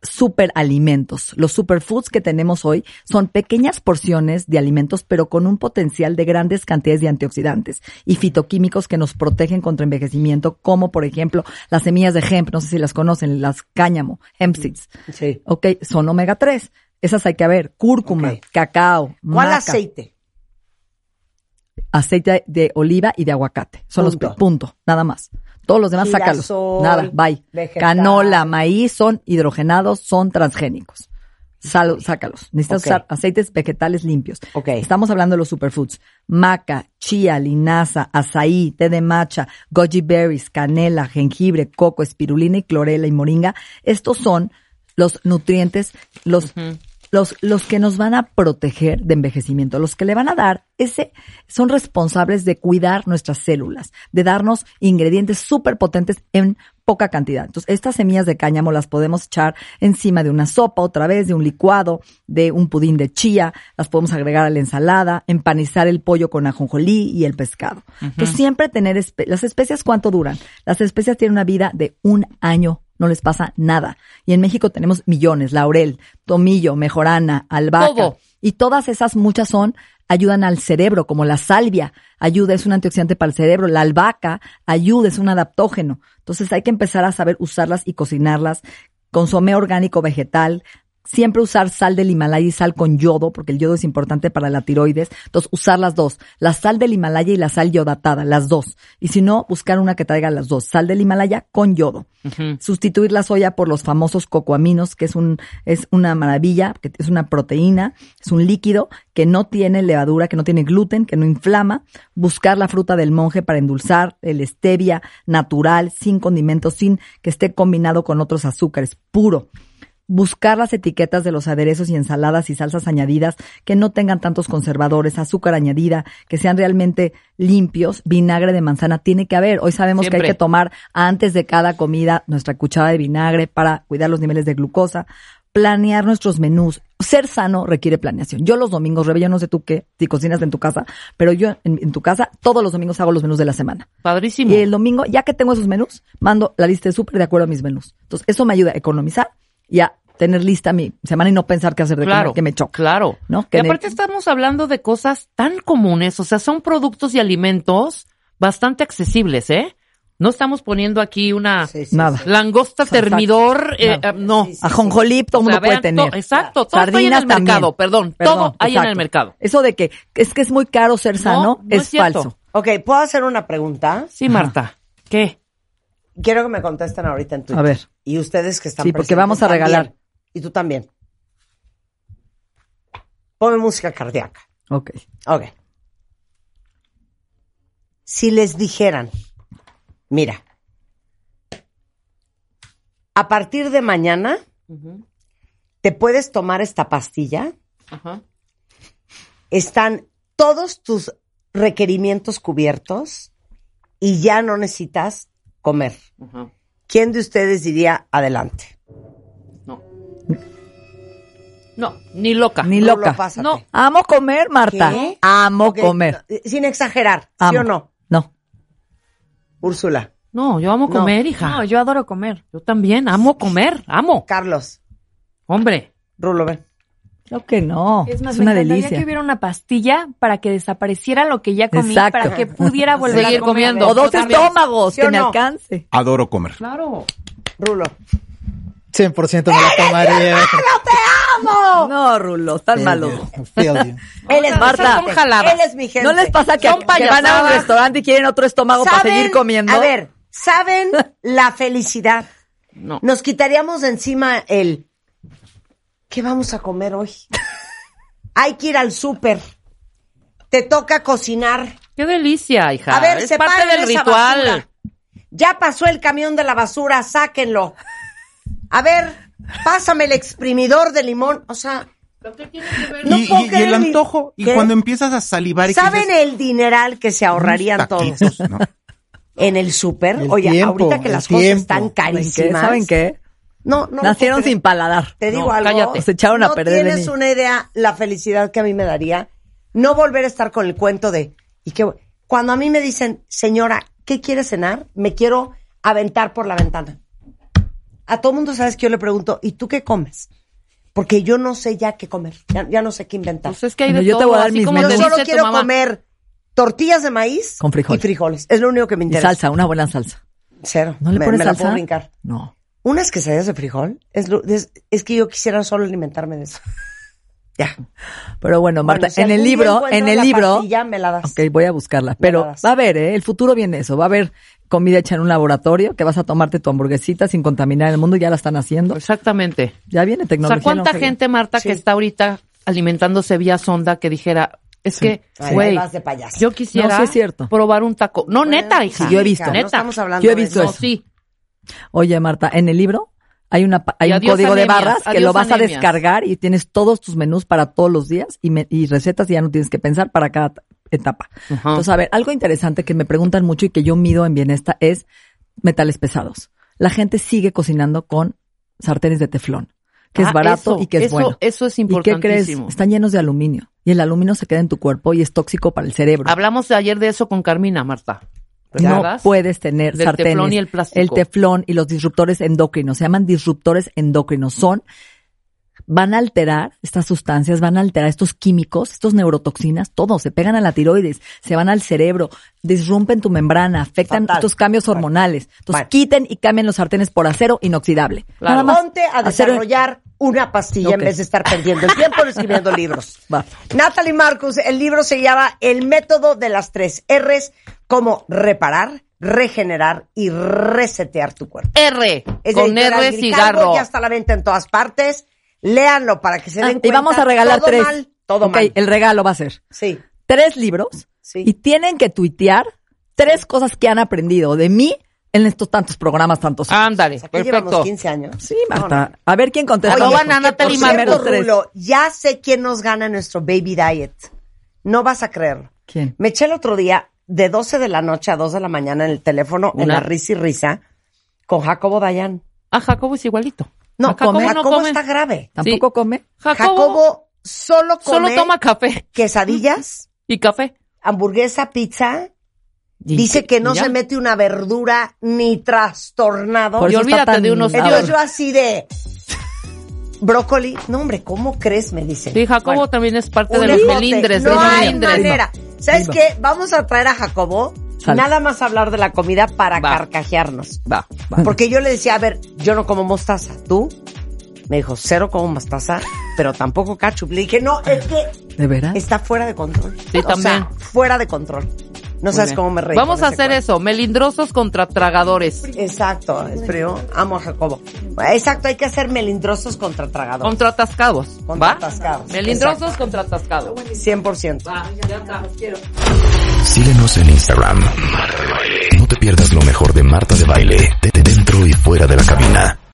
[SPEAKER 4] superalimentos. Los superfoods que tenemos hoy son pequeñas porciones de alimentos, pero con un potencial de grandes cantidades de antioxidantes y fitoquímicos que nos protegen contra envejecimiento, como por ejemplo las semillas de hemp, no sé si las conocen, las cáñamo, hemp seeds.
[SPEAKER 2] Sí.
[SPEAKER 4] Ok, son omega 3. Esas hay que ver, cúrcuma,
[SPEAKER 2] Ok.
[SPEAKER 4] cacao,
[SPEAKER 2] ¿Cuál
[SPEAKER 4] maca,
[SPEAKER 2] aceite?
[SPEAKER 4] aceite de oliva y de aguacate. Son los
[SPEAKER 2] Punto.
[SPEAKER 4] pe- punto, nada más. Todos los demás sácalos.
[SPEAKER 2] Girasol,
[SPEAKER 4] Nada, bye.
[SPEAKER 2] vegetal.
[SPEAKER 4] Canola, maíz son hidrogenados, son transgénicos. Sal- sácalos. Necesitas
[SPEAKER 2] Ok.
[SPEAKER 4] usar aceites vegetales limpios.
[SPEAKER 2] Ok.
[SPEAKER 4] Estamos hablando de los superfoods. Maca, chía, linaza, azaí, té de matcha, goji berries, canela, jengibre, coco, espirulina y clorela y moringa. Estos son los nutrientes, los, los, los que nos van a proteger de envejecimiento, los que le van a dar ese, son responsables de cuidar nuestras células, de darnos ingredientes súper potentes en poca cantidad. Entonces, estas semillas de cáñamo las podemos echar encima de una sopa, otra vez, de un licuado, de un pudín de chía, las podemos agregar a la ensalada, empanizar el pollo con ajonjolí y el pescado. Entonces, siempre tener espe- las especias, ¿cuánto duran? Las especias tienen una vida de un año. No les pasa nada. Y en México tenemos millones, laurel, tomillo, mejorana, albahaca.
[SPEAKER 3] Todo.
[SPEAKER 4] Y todas esas muchas son, ayudan al cerebro, como la salvia, ayuda, es un antioxidante para el cerebro, la albahaca, ayuda, es un adaptógeno. Entonces hay que empezar a saber usarlas y cocinarlas, consomé orgánico vegetal, siempre usar sal del Himalaya y sal con yodo, porque el yodo es importante para la tiroides. Entonces usar las dos, la sal del Himalaya y la sal yodatada, las dos. Y si no, buscar una que traiga las dos, sal del Himalaya con yodo sustituir la soya por los famosos cocoaminos, que es un es una maravilla, que es una proteína, es un líquido que no tiene levadura, que no tiene gluten, que no inflama, buscar la fruta del monje para endulzar, el stevia natural, sin condimentos, sin que esté combinado con otros azúcares, puro buscar las etiquetas de los aderezos y ensaladas y salsas añadidas que no tengan tantos conservadores, azúcar añadida, que sean realmente limpios, vinagre de manzana tiene que haber. Hoy sabemos que
[SPEAKER 3] Siempre.
[SPEAKER 4] hay que tomar antes de cada comida nuestra cuchara de vinagre para cuidar los niveles de glucosa, planear nuestros menús. Ser sano requiere planeación. Yo los domingos, Rebe, yo no sé tú qué, si cocinas en tu casa, pero yo en, en tu casa todos los domingos hago los menús de la semana.
[SPEAKER 3] Padrísimo.
[SPEAKER 4] Y el domingo, ya que tengo esos menús, mando la lista de súper de acuerdo a mis menús. Entonces, eso me ayuda a economizar y a tener lista mi semana y no pensar qué hacer de
[SPEAKER 3] claro,
[SPEAKER 4] comer, que me choca.
[SPEAKER 3] Claro.
[SPEAKER 4] ¿No?
[SPEAKER 3] Y
[SPEAKER 4] Que me-
[SPEAKER 3] aparte estamos hablando de cosas tan comunes, o sea, son productos y alimentos bastante accesibles, ¿eh? No estamos poniendo aquí una
[SPEAKER 2] Sí, sí,
[SPEAKER 4] Nada.
[SPEAKER 2] sí.
[SPEAKER 3] langosta
[SPEAKER 4] Exacto.
[SPEAKER 3] termidor, eh,
[SPEAKER 4] Nada.
[SPEAKER 3] eh, no.
[SPEAKER 2] Sí, sí,
[SPEAKER 4] Ajonjolí, todo
[SPEAKER 3] O
[SPEAKER 4] el
[SPEAKER 3] sea,
[SPEAKER 4] mundo puede
[SPEAKER 3] vean,
[SPEAKER 4] tener.
[SPEAKER 3] to- exacto, todo está ahí en el
[SPEAKER 4] también.
[SPEAKER 3] mercado, perdón, todo hay en el mercado.
[SPEAKER 4] Eso de que es que es muy caro ser sano
[SPEAKER 3] no es
[SPEAKER 4] es,
[SPEAKER 3] cierto.
[SPEAKER 4] falso.
[SPEAKER 2] Ok, ¿puedo hacer una pregunta?
[SPEAKER 3] Sí, Marta. ¿Qué?
[SPEAKER 2] Quiero que me contesten ahorita en Twitter.
[SPEAKER 4] A ver.
[SPEAKER 2] Y ustedes que están
[SPEAKER 4] Sí, porque
[SPEAKER 2] presentes
[SPEAKER 4] vamos a
[SPEAKER 2] también.
[SPEAKER 4] regalar.
[SPEAKER 2] Y tú también. Ponme música cardíaca.
[SPEAKER 4] Ok.
[SPEAKER 2] Ok. Si les dijeran, mira, a partir de mañana te puedes tomar esta pastilla.
[SPEAKER 3] Ajá.
[SPEAKER 2] Están todos tus requerimientos cubiertos y ya no necesitas comer.
[SPEAKER 3] Ajá.
[SPEAKER 2] ¿Quién de ustedes diría adelante?
[SPEAKER 3] No. No, ni loca.
[SPEAKER 4] Ni
[SPEAKER 2] No lo
[SPEAKER 4] loca.
[SPEAKER 2] pásate.
[SPEAKER 3] No.
[SPEAKER 4] Amo comer, Marta.
[SPEAKER 2] ¿Qué?
[SPEAKER 4] Amo
[SPEAKER 2] Ok,
[SPEAKER 4] comer.
[SPEAKER 2] no, Sin exagerar,
[SPEAKER 4] Amo.
[SPEAKER 2] ¿sí o no?
[SPEAKER 4] No.
[SPEAKER 2] Úrsula,
[SPEAKER 3] No, yo amo
[SPEAKER 2] No.
[SPEAKER 3] comer, hija.
[SPEAKER 5] No, yo adoro comer.
[SPEAKER 3] Yo también amo comer, amo.
[SPEAKER 2] Carlos,
[SPEAKER 3] Hombre,
[SPEAKER 2] Rulo, ven.
[SPEAKER 4] Creo que no. Es,
[SPEAKER 5] Es más, me
[SPEAKER 4] una
[SPEAKER 5] encantaría
[SPEAKER 4] delicia.
[SPEAKER 5] que hubiera una pastilla para que desapareciera lo que ya comí,
[SPEAKER 4] Exacto.
[SPEAKER 5] para que pudiera volver
[SPEAKER 3] Seguir
[SPEAKER 5] a comer.
[SPEAKER 3] comiendo.
[SPEAKER 4] O
[SPEAKER 3] Yo
[SPEAKER 4] dos
[SPEAKER 3] también.
[SPEAKER 4] estómagos
[SPEAKER 2] ¿Sí o
[SPEAKER 4] que me
[SPEAKER 2] no?
[SPEAKER 4] alcance.
[SPEAKER 6] Adoro comer.
[SPEAKER 3] claro.
[SPEAKER 2] Rulo.
[SPEAKER 7] 100% me la tomaría.
[SPEAKER 4] No, Rulo, están malos.
[SPEAKER 7] Feel you.
[SPEAKER 2] Él es,
[SPEAKER 4] Marta,
[SPEAKER 3] son jaladas.
[SPEAKER 2] él es mi gente.
[SPEAKER 4] ¿No les pasa que,
[SPEAKER 3] Son
[SPEAKER 4] que van a un
[SPEAKER 3] payasadas.
[SPEAKER 4] restaurante y quieren otro estómago para seguir comiendo?
[SPEAKER 2] A ver, ¿saben la felicidad?
[SPEAKER 3] No.
[SPEAKER 2] Nos quitaríamos de encima el ¿qué vamos a comer hoy? Hay que ir al súper. Te toca cocinar.
[SPEAKER 3] Qué delicia, hija.
[SPEAKER 2] A ver,
[SPEAKER 3] es
[SPEAKER 2] separen
[SPEAKER 3] parte del
[SPEAKER 2] esa
[SPEAKER 3] ritual.
[SPEAKER 2] basura. Ya pasó el camión de la basura, sáquenlo. A ver, pásame el exprimidor de limón. O sea, no
[SPEAKER 6] y,
[SPEAKER 2] puedo
[SPEAKER 6] y- y
[SPEAKER 2] creer
[SPEAKER 6] el
[SPEAKER 2] ni-
[SPEAKER 6] antojo. Y
[SPEAKER 2] ¿Qué?
[SPEAKER 6] cuando empiezas a salivar y que
[SPEAKER 2] ¿Saben
[SPEAKER 6] dices,
[SPEAKER 2] el dineral que se ahorrarían todos?
[SPEAKER 6] "Taquitos", ¿no?
[SPEAKER 2] En el súper.
[SPEAKER 7] El
[SPEAKER 2] Oye,
[SPEAKER 7] tiempo,
[SPEAKER 2] ahorita que
[SPEAKER 7] el
[SPEAKER 2] las cosas
[SPEAKER 7] tiempo.
[SPEAKER 2] están
[SPEAKER 4] ¿Saben qué?
[SPEAKER 2] carísimas.
[SPEAKER 4] ¿Saben qué?
[SPEAKER 2] No, no.
[SPEAKER 4] Nacieron
[SPEAKER 2] no,
[SPEAKER 4] sin paladar.
[SPEAKER 2] Te digo
[SPEAKER 3] No,
[SPEAKER 2] algo.
[SPEAKER 3] cállate.
[SPEAKER 4] Se echaron a
[SPEAKER 2] no
[SPEAKER 4] perder,
[SPEAKER 2] Tienes
[SPEAKER 4] Lenny.
[SPEAKER 2] una idea la felicidad que a mí me daría no volver a estar con el cuento de y que cuando a mí me dicen, "Señora, ¿qué quiere cenar?" Me quiero aventar por la ventana. A todo mundo sabes que yo le pregunto, "¿Y tú qué comes?" Porque yo no sé ya qué comer. Ya, ya no sé qué inventar.
[SPEAKER 3] Pues es que hay de
[SPEAKER 4] Bueno, yo
[SPEAKER 3] todo,
[SPEAKER 4] te voy a dar
[SPEAKER 3] así
[SPEAKER 4] mis
[SPEAKER 3] como
[SPEAKER 2] yo
[SPEAKER 3] te
[SPEAKER 4] menús.
[SPEAKER 2] solo
[SPEAKER 3] dice tu
[SPEAKER 2] quiero
[SPEAKER 3] mamá.
[SPEAKER 2] comer tortillas de maíz
[SPEAKER 4] Con frijol.
[SPEAKER 2] y frijoles. Es lo único que me
[SPEAKER 4] Y
[SPEAKER 2] interesa.
[SPEAKER 4] salsa, una buena salsa.
[SPEAKER 2] Cero.
[SPEAKER 4] ¿No le
[SPEAKER 2] me,
[SPEAKER 4] pones
[SPEAKER 2] me la
[SPEAKER 4] salsa?
[SPEAKER 2] puedo brincar.
[SPEAKER 4] No.
[SPEAKER 2] Unas quesadillas de frijol. Es, lo- es, es que yo quisiera solo alimentarme de eso. Ya.
[SPEAKER 4] Pero bueno, Marta,
[SPEAKER 2] Bueno, si
[SPEAKER 4] en el
[SPEAKER 2] algún día
[SPEAKER 4] libro,
[SPEAKER 2] encuentro
[SPEAKER 4] en el
[SPEAKER 2] la
[SPEAKER 4] libro,
[SPEAKER 2] pastilla, me la das.
[SPEAKER 4] ok, voy a buscarla, pero
[SPEAKER 2] das.
[SPEAKER 4] va a haber, ¿eh? El futuro viene eso, va a haber comida hecha en un laboratorio, que vas a tomarte tu hamburguesita sin contaminar el mundo, ya la están haciendo.
[SPEAKER 3] Exactamente.
[SPEAKER 4] Ya viene
[SPEAKER 3] Pues, O sea,
[SPEAKER 4] tecnología.
[SPEAKER 3] ¿cuánta
[SPEAKER 4] longeva.
[SPEAKER 3] gente, Marta, que está ahorita alimentándose vía sonda que dijera, es que,
[SPEAKER 2] Ay, ahí
[SPEAKER 3] güey,
[SPEAKER 2] vas de payaso.
[SPEAKER 3] yo quisiera
[SPEAKER 4] No, sí es cierto.
[SPEAKER 3] probar un taco? No, neta, hija.
[SPEAKER 4] sí, yo he visto.
[SPEAKER 2] No
[SPEAKER 3] Neta.
[SPEAKER 2] estamos hablando
[SPEAKER 4] Yo he
[SPEAKER 2] de
[SPEAKER 4] visto
[SPEAKER 3] No,
[SPEAKER 4] eso.
[SPEAKER 3] sí.
[SPEAKER 4] Oye, Marta, en el libro hay una pa- hay
[SPEAKER 3] Y
[SPEAKER 4] un
[SPEAKER 3] adiós
[SPEAKER 4] código de
[SPEAKER 3] anemias,
[SPEAKER 4] barras que
[SPEAKER 3] adiós
[SPEAKER 4] lo vas a
[SPEAKER 3] anemias.
[SPEAKER 4] descargar y tienes todos tus menús para todos los días y, me- y recetas y ya no tienes que pensar para cada t- etapa.
[SPEAKER 3] Ajá.
[SPEAKER 4] Entonces, a ver, algo interesante que me preguntan mucho y que yo mido en Bienesta es metales pesados. La gente sigue cocinando con sartenes de teflón, que
[SPEAKER 3] Ah,
[SPEAKER 4] es barato
[SPEAKER 3] eso,
[SPEAKER 4] y que es
[SPEAKER 3] eso,
[SPEAKER 4] bueno.
[SPEAKER 3] Eso es
[SPEAKER 4] ¿Y qué crees?
[SPEAKER 3] importantísimo.
[SPEAKER 4] Están llenos de aluminio y el aluminio se queda en tu cuerpo y es tóxico para el cerebro.
[SPEAKER 3] Hablamos ayer de eso con Carmina, Marta.
[SPEAKER 4] No
[SPEAKER 3] ¿Recuerdas?
[SPEAKER 4] puedes tener
[SPEAKER 3] Del
[SPEAKER 4] sartenes.
[SPEAKER 3] teflón y el plástico.
[SPEAKER 4] El teflón y los disruptores endocrinos. Se llaman disruptores endocrinos. Son, van a alterar estas sustancias, van a alterar estos químicos, estos neurotoxinas, todo. Se pegan a la tiroides, se van al cerebro, disrumpen tu membrana, afectan
[SPEAKER 2] Fatal.
[SPEAKER 4] estos cambios hormonales. Entonces
[SPEAKER 2] Bueno.
[SPEAKER 4] quiten y cambien los sartenes por acero inoxidable.
[SPEAKER 3] Claro.
[SPEAKER 4] más.
[SPEAKER 2] Ponte a
[SPEAKER 4] Acero-
[SPEAKER 2] desarrollar una pastilla en
[SPEAKER 4] Ok.
[SPEAKER 2] vez de estar perdiendo el tiempo escribiendo libros.
[SPEAKER 4] Va.
[SPEAKER 2] Natalie Marcus, el libro se llama El método de las tres R's, como reparar, regenerar y resetear tu cuerpo.
[SPEAKER 3] R.
[SPEAKER 2] Es de Editorial
[SPEAKER 3] con R
[SPEAKER 2] Grijalbo,
[SPEAKER 3] cigarro.
[SPEAKER 2] Ya está a la venta en todas partes. Léanlo para que se den
[SPEAKER 4] Ah,
[SPEAKER 2] cuenta.
[SPEAKER 4] y vamos a regalar
[SPEAKER 2] todo
[SPEAKER 4] tres.
[SPEAKER 2] Mal, todo
[SPEAKER 4] Ok,
[SPEAKER 2] mal.
[SPEAKER 4] El regalo va a ser
[SPEAKER 2] Sí.
[SPEAKER 4] tres libros
[SPEAKER 2] Sí.
[SPEAKER 4] y tienen que tuitear tres cosas que han aprendido de mí en estos tantos programas, tantos. años.
[SPEAKER 3] Ándale,
[SPEAKER 2] O sea, aquí llevamos
[SPEAKER 3] perfecto.
[SPEAKER 2] 15 años.
[SPEAKER 4] sí, Marta. A ver quién contesta.
[SPEAKER 3] Arroba
[SPEAKER 4] Porque,
[SPEAKER 3] Nana
[SPEAKER 4] por
[SPEAKER 3] Telly
[SPEAKER 4] cierto,
[SPEAKER 3] Mamero
[SPEAKER 4] tres.
[SPEAKER 2] Rulo, ya sé quién nos gana nuestro baby diet. No vas a creerlo.
[SPEAKER 4] ¿Quién?
[SPEAKER 2] Me eché el otro día de 12 de la noche a 2 de la mañana en el teléfono, en
[SPEAKER 3] Una-
[SPEAKER 2] la risa y risa, con Jacobo Dayan.
[SPEAKER 3] Ah, Jacobo es igualito.
[SPEAKER 2] No,
[SPEAKER 3] A Jacobo
[SPEAKER 2] Jacobo,
[SPEAKER 3] no come.
[SPEAKER 2] está grave.
[SPEAKER 4] ¿Tampoco come?
[SPEAKER 3] Jacobo,
[SPEAKER 2] Jacobo solo come
[SPEAKER 3] solo toma café
[SPEAKER 2] quesadillas,
[SPEAKER 3] y café.
[SPEAKER 2] hamburguesa, pizza.
[SPEAKER 3] Y-
[SPEAKER 2] Dice que no
[SPEAKER 3] y ya.
[SPEAKER 2] se mete una verdura ni trastornado.
[SPEAKER 4] Por
[SPEAKER 3] Y
[SPEAKER 4] eso está
[SPEAKER 3] olvídate
[SPEAKER 4] tan-
[SPEAKER 3] de unos
[SPEAKER 4] Entonces
[SPEAKER 2] Entonces
[SPEAKER 3] sabores.
[SPEAKER 2] yo así de brócoli. No, hombre, ¿cómo crees? Me dice.
[SPEAKER 3] Sí, Jacobo
[SPEAKER 2] Bueno,
[SPEAKER 3] también es parte
[SPEAKER 2] un
[SPEAKER 3] de los
[SPEAKER 2] escote.
[SPEAKER 3] melindres. de
[SPEAKER 2] No
[SPEAKER 3] los
[SPEAKER 2] hay
[SPEAKER 3] melindres.
[SPEAKER 2] manera. ¿Sabes
[SPEAKER 4] Ahí
[SPEAKER 2] qué? Vamos a traer a Jacobo
[SPEAKER 4] Sale.
[SPEAKER 2] nada más a hablar de la comida para
[SPEAKER 3] Va.
[SPEAKER 2] carcajearnos.
[SPEAKER 3] Va.
[SPEAKER 2] Porque yo le decía, a ver, yo no como mostaza. ¿Tú? Me dijo, cero como mostaza, pero tampoco cachup. Le dije, no, es que
[SPEAKER 4] ¿De veras?
[SPEAKER 2] está fuera de control.
[SPEAKER 3] Ah. Sí,
[SPEAKER 2] o sea,
[SPEAKER 3] también.
[SPEAKER 2] fuera de control. No
[SPEAKER 3] Muy
[SPEAKER 2] sabes
[SPEAKER 3] bien.
[SPEAKER 2] cómo me reí.
[SPEAKER 3] Vamos
[SPEAKER 2] con
[SPEAKER 3] a
[SPEAKER 2] ese
[SPEAKER 3] hacer
[SPEAKER 2] cuento.
[SPEAKER 3] eso, melindrosos contra tragadores.
[SPEAKER 2] Exacto, es frío. Amo a Jacobo. Exacto, hay que hacer melindrosos contra tragadores.
[SPEAKER 3] Contra atascados.
[SPEAKER 2] Contra
[SPEAKER 3] ¿va?
[SPEAKER 2] atascados,
[SPEAKER 3] Melindrosos contra atascados.
[SPEAKER 2] 100%.
[SPEAKER 3] Va, ya está.
[SPEAKER 1] Síguenos en Instagram. Marta de Baile. No te pierdas lo mejor de Marta de Baile, de de dentro y fuera de la cabina.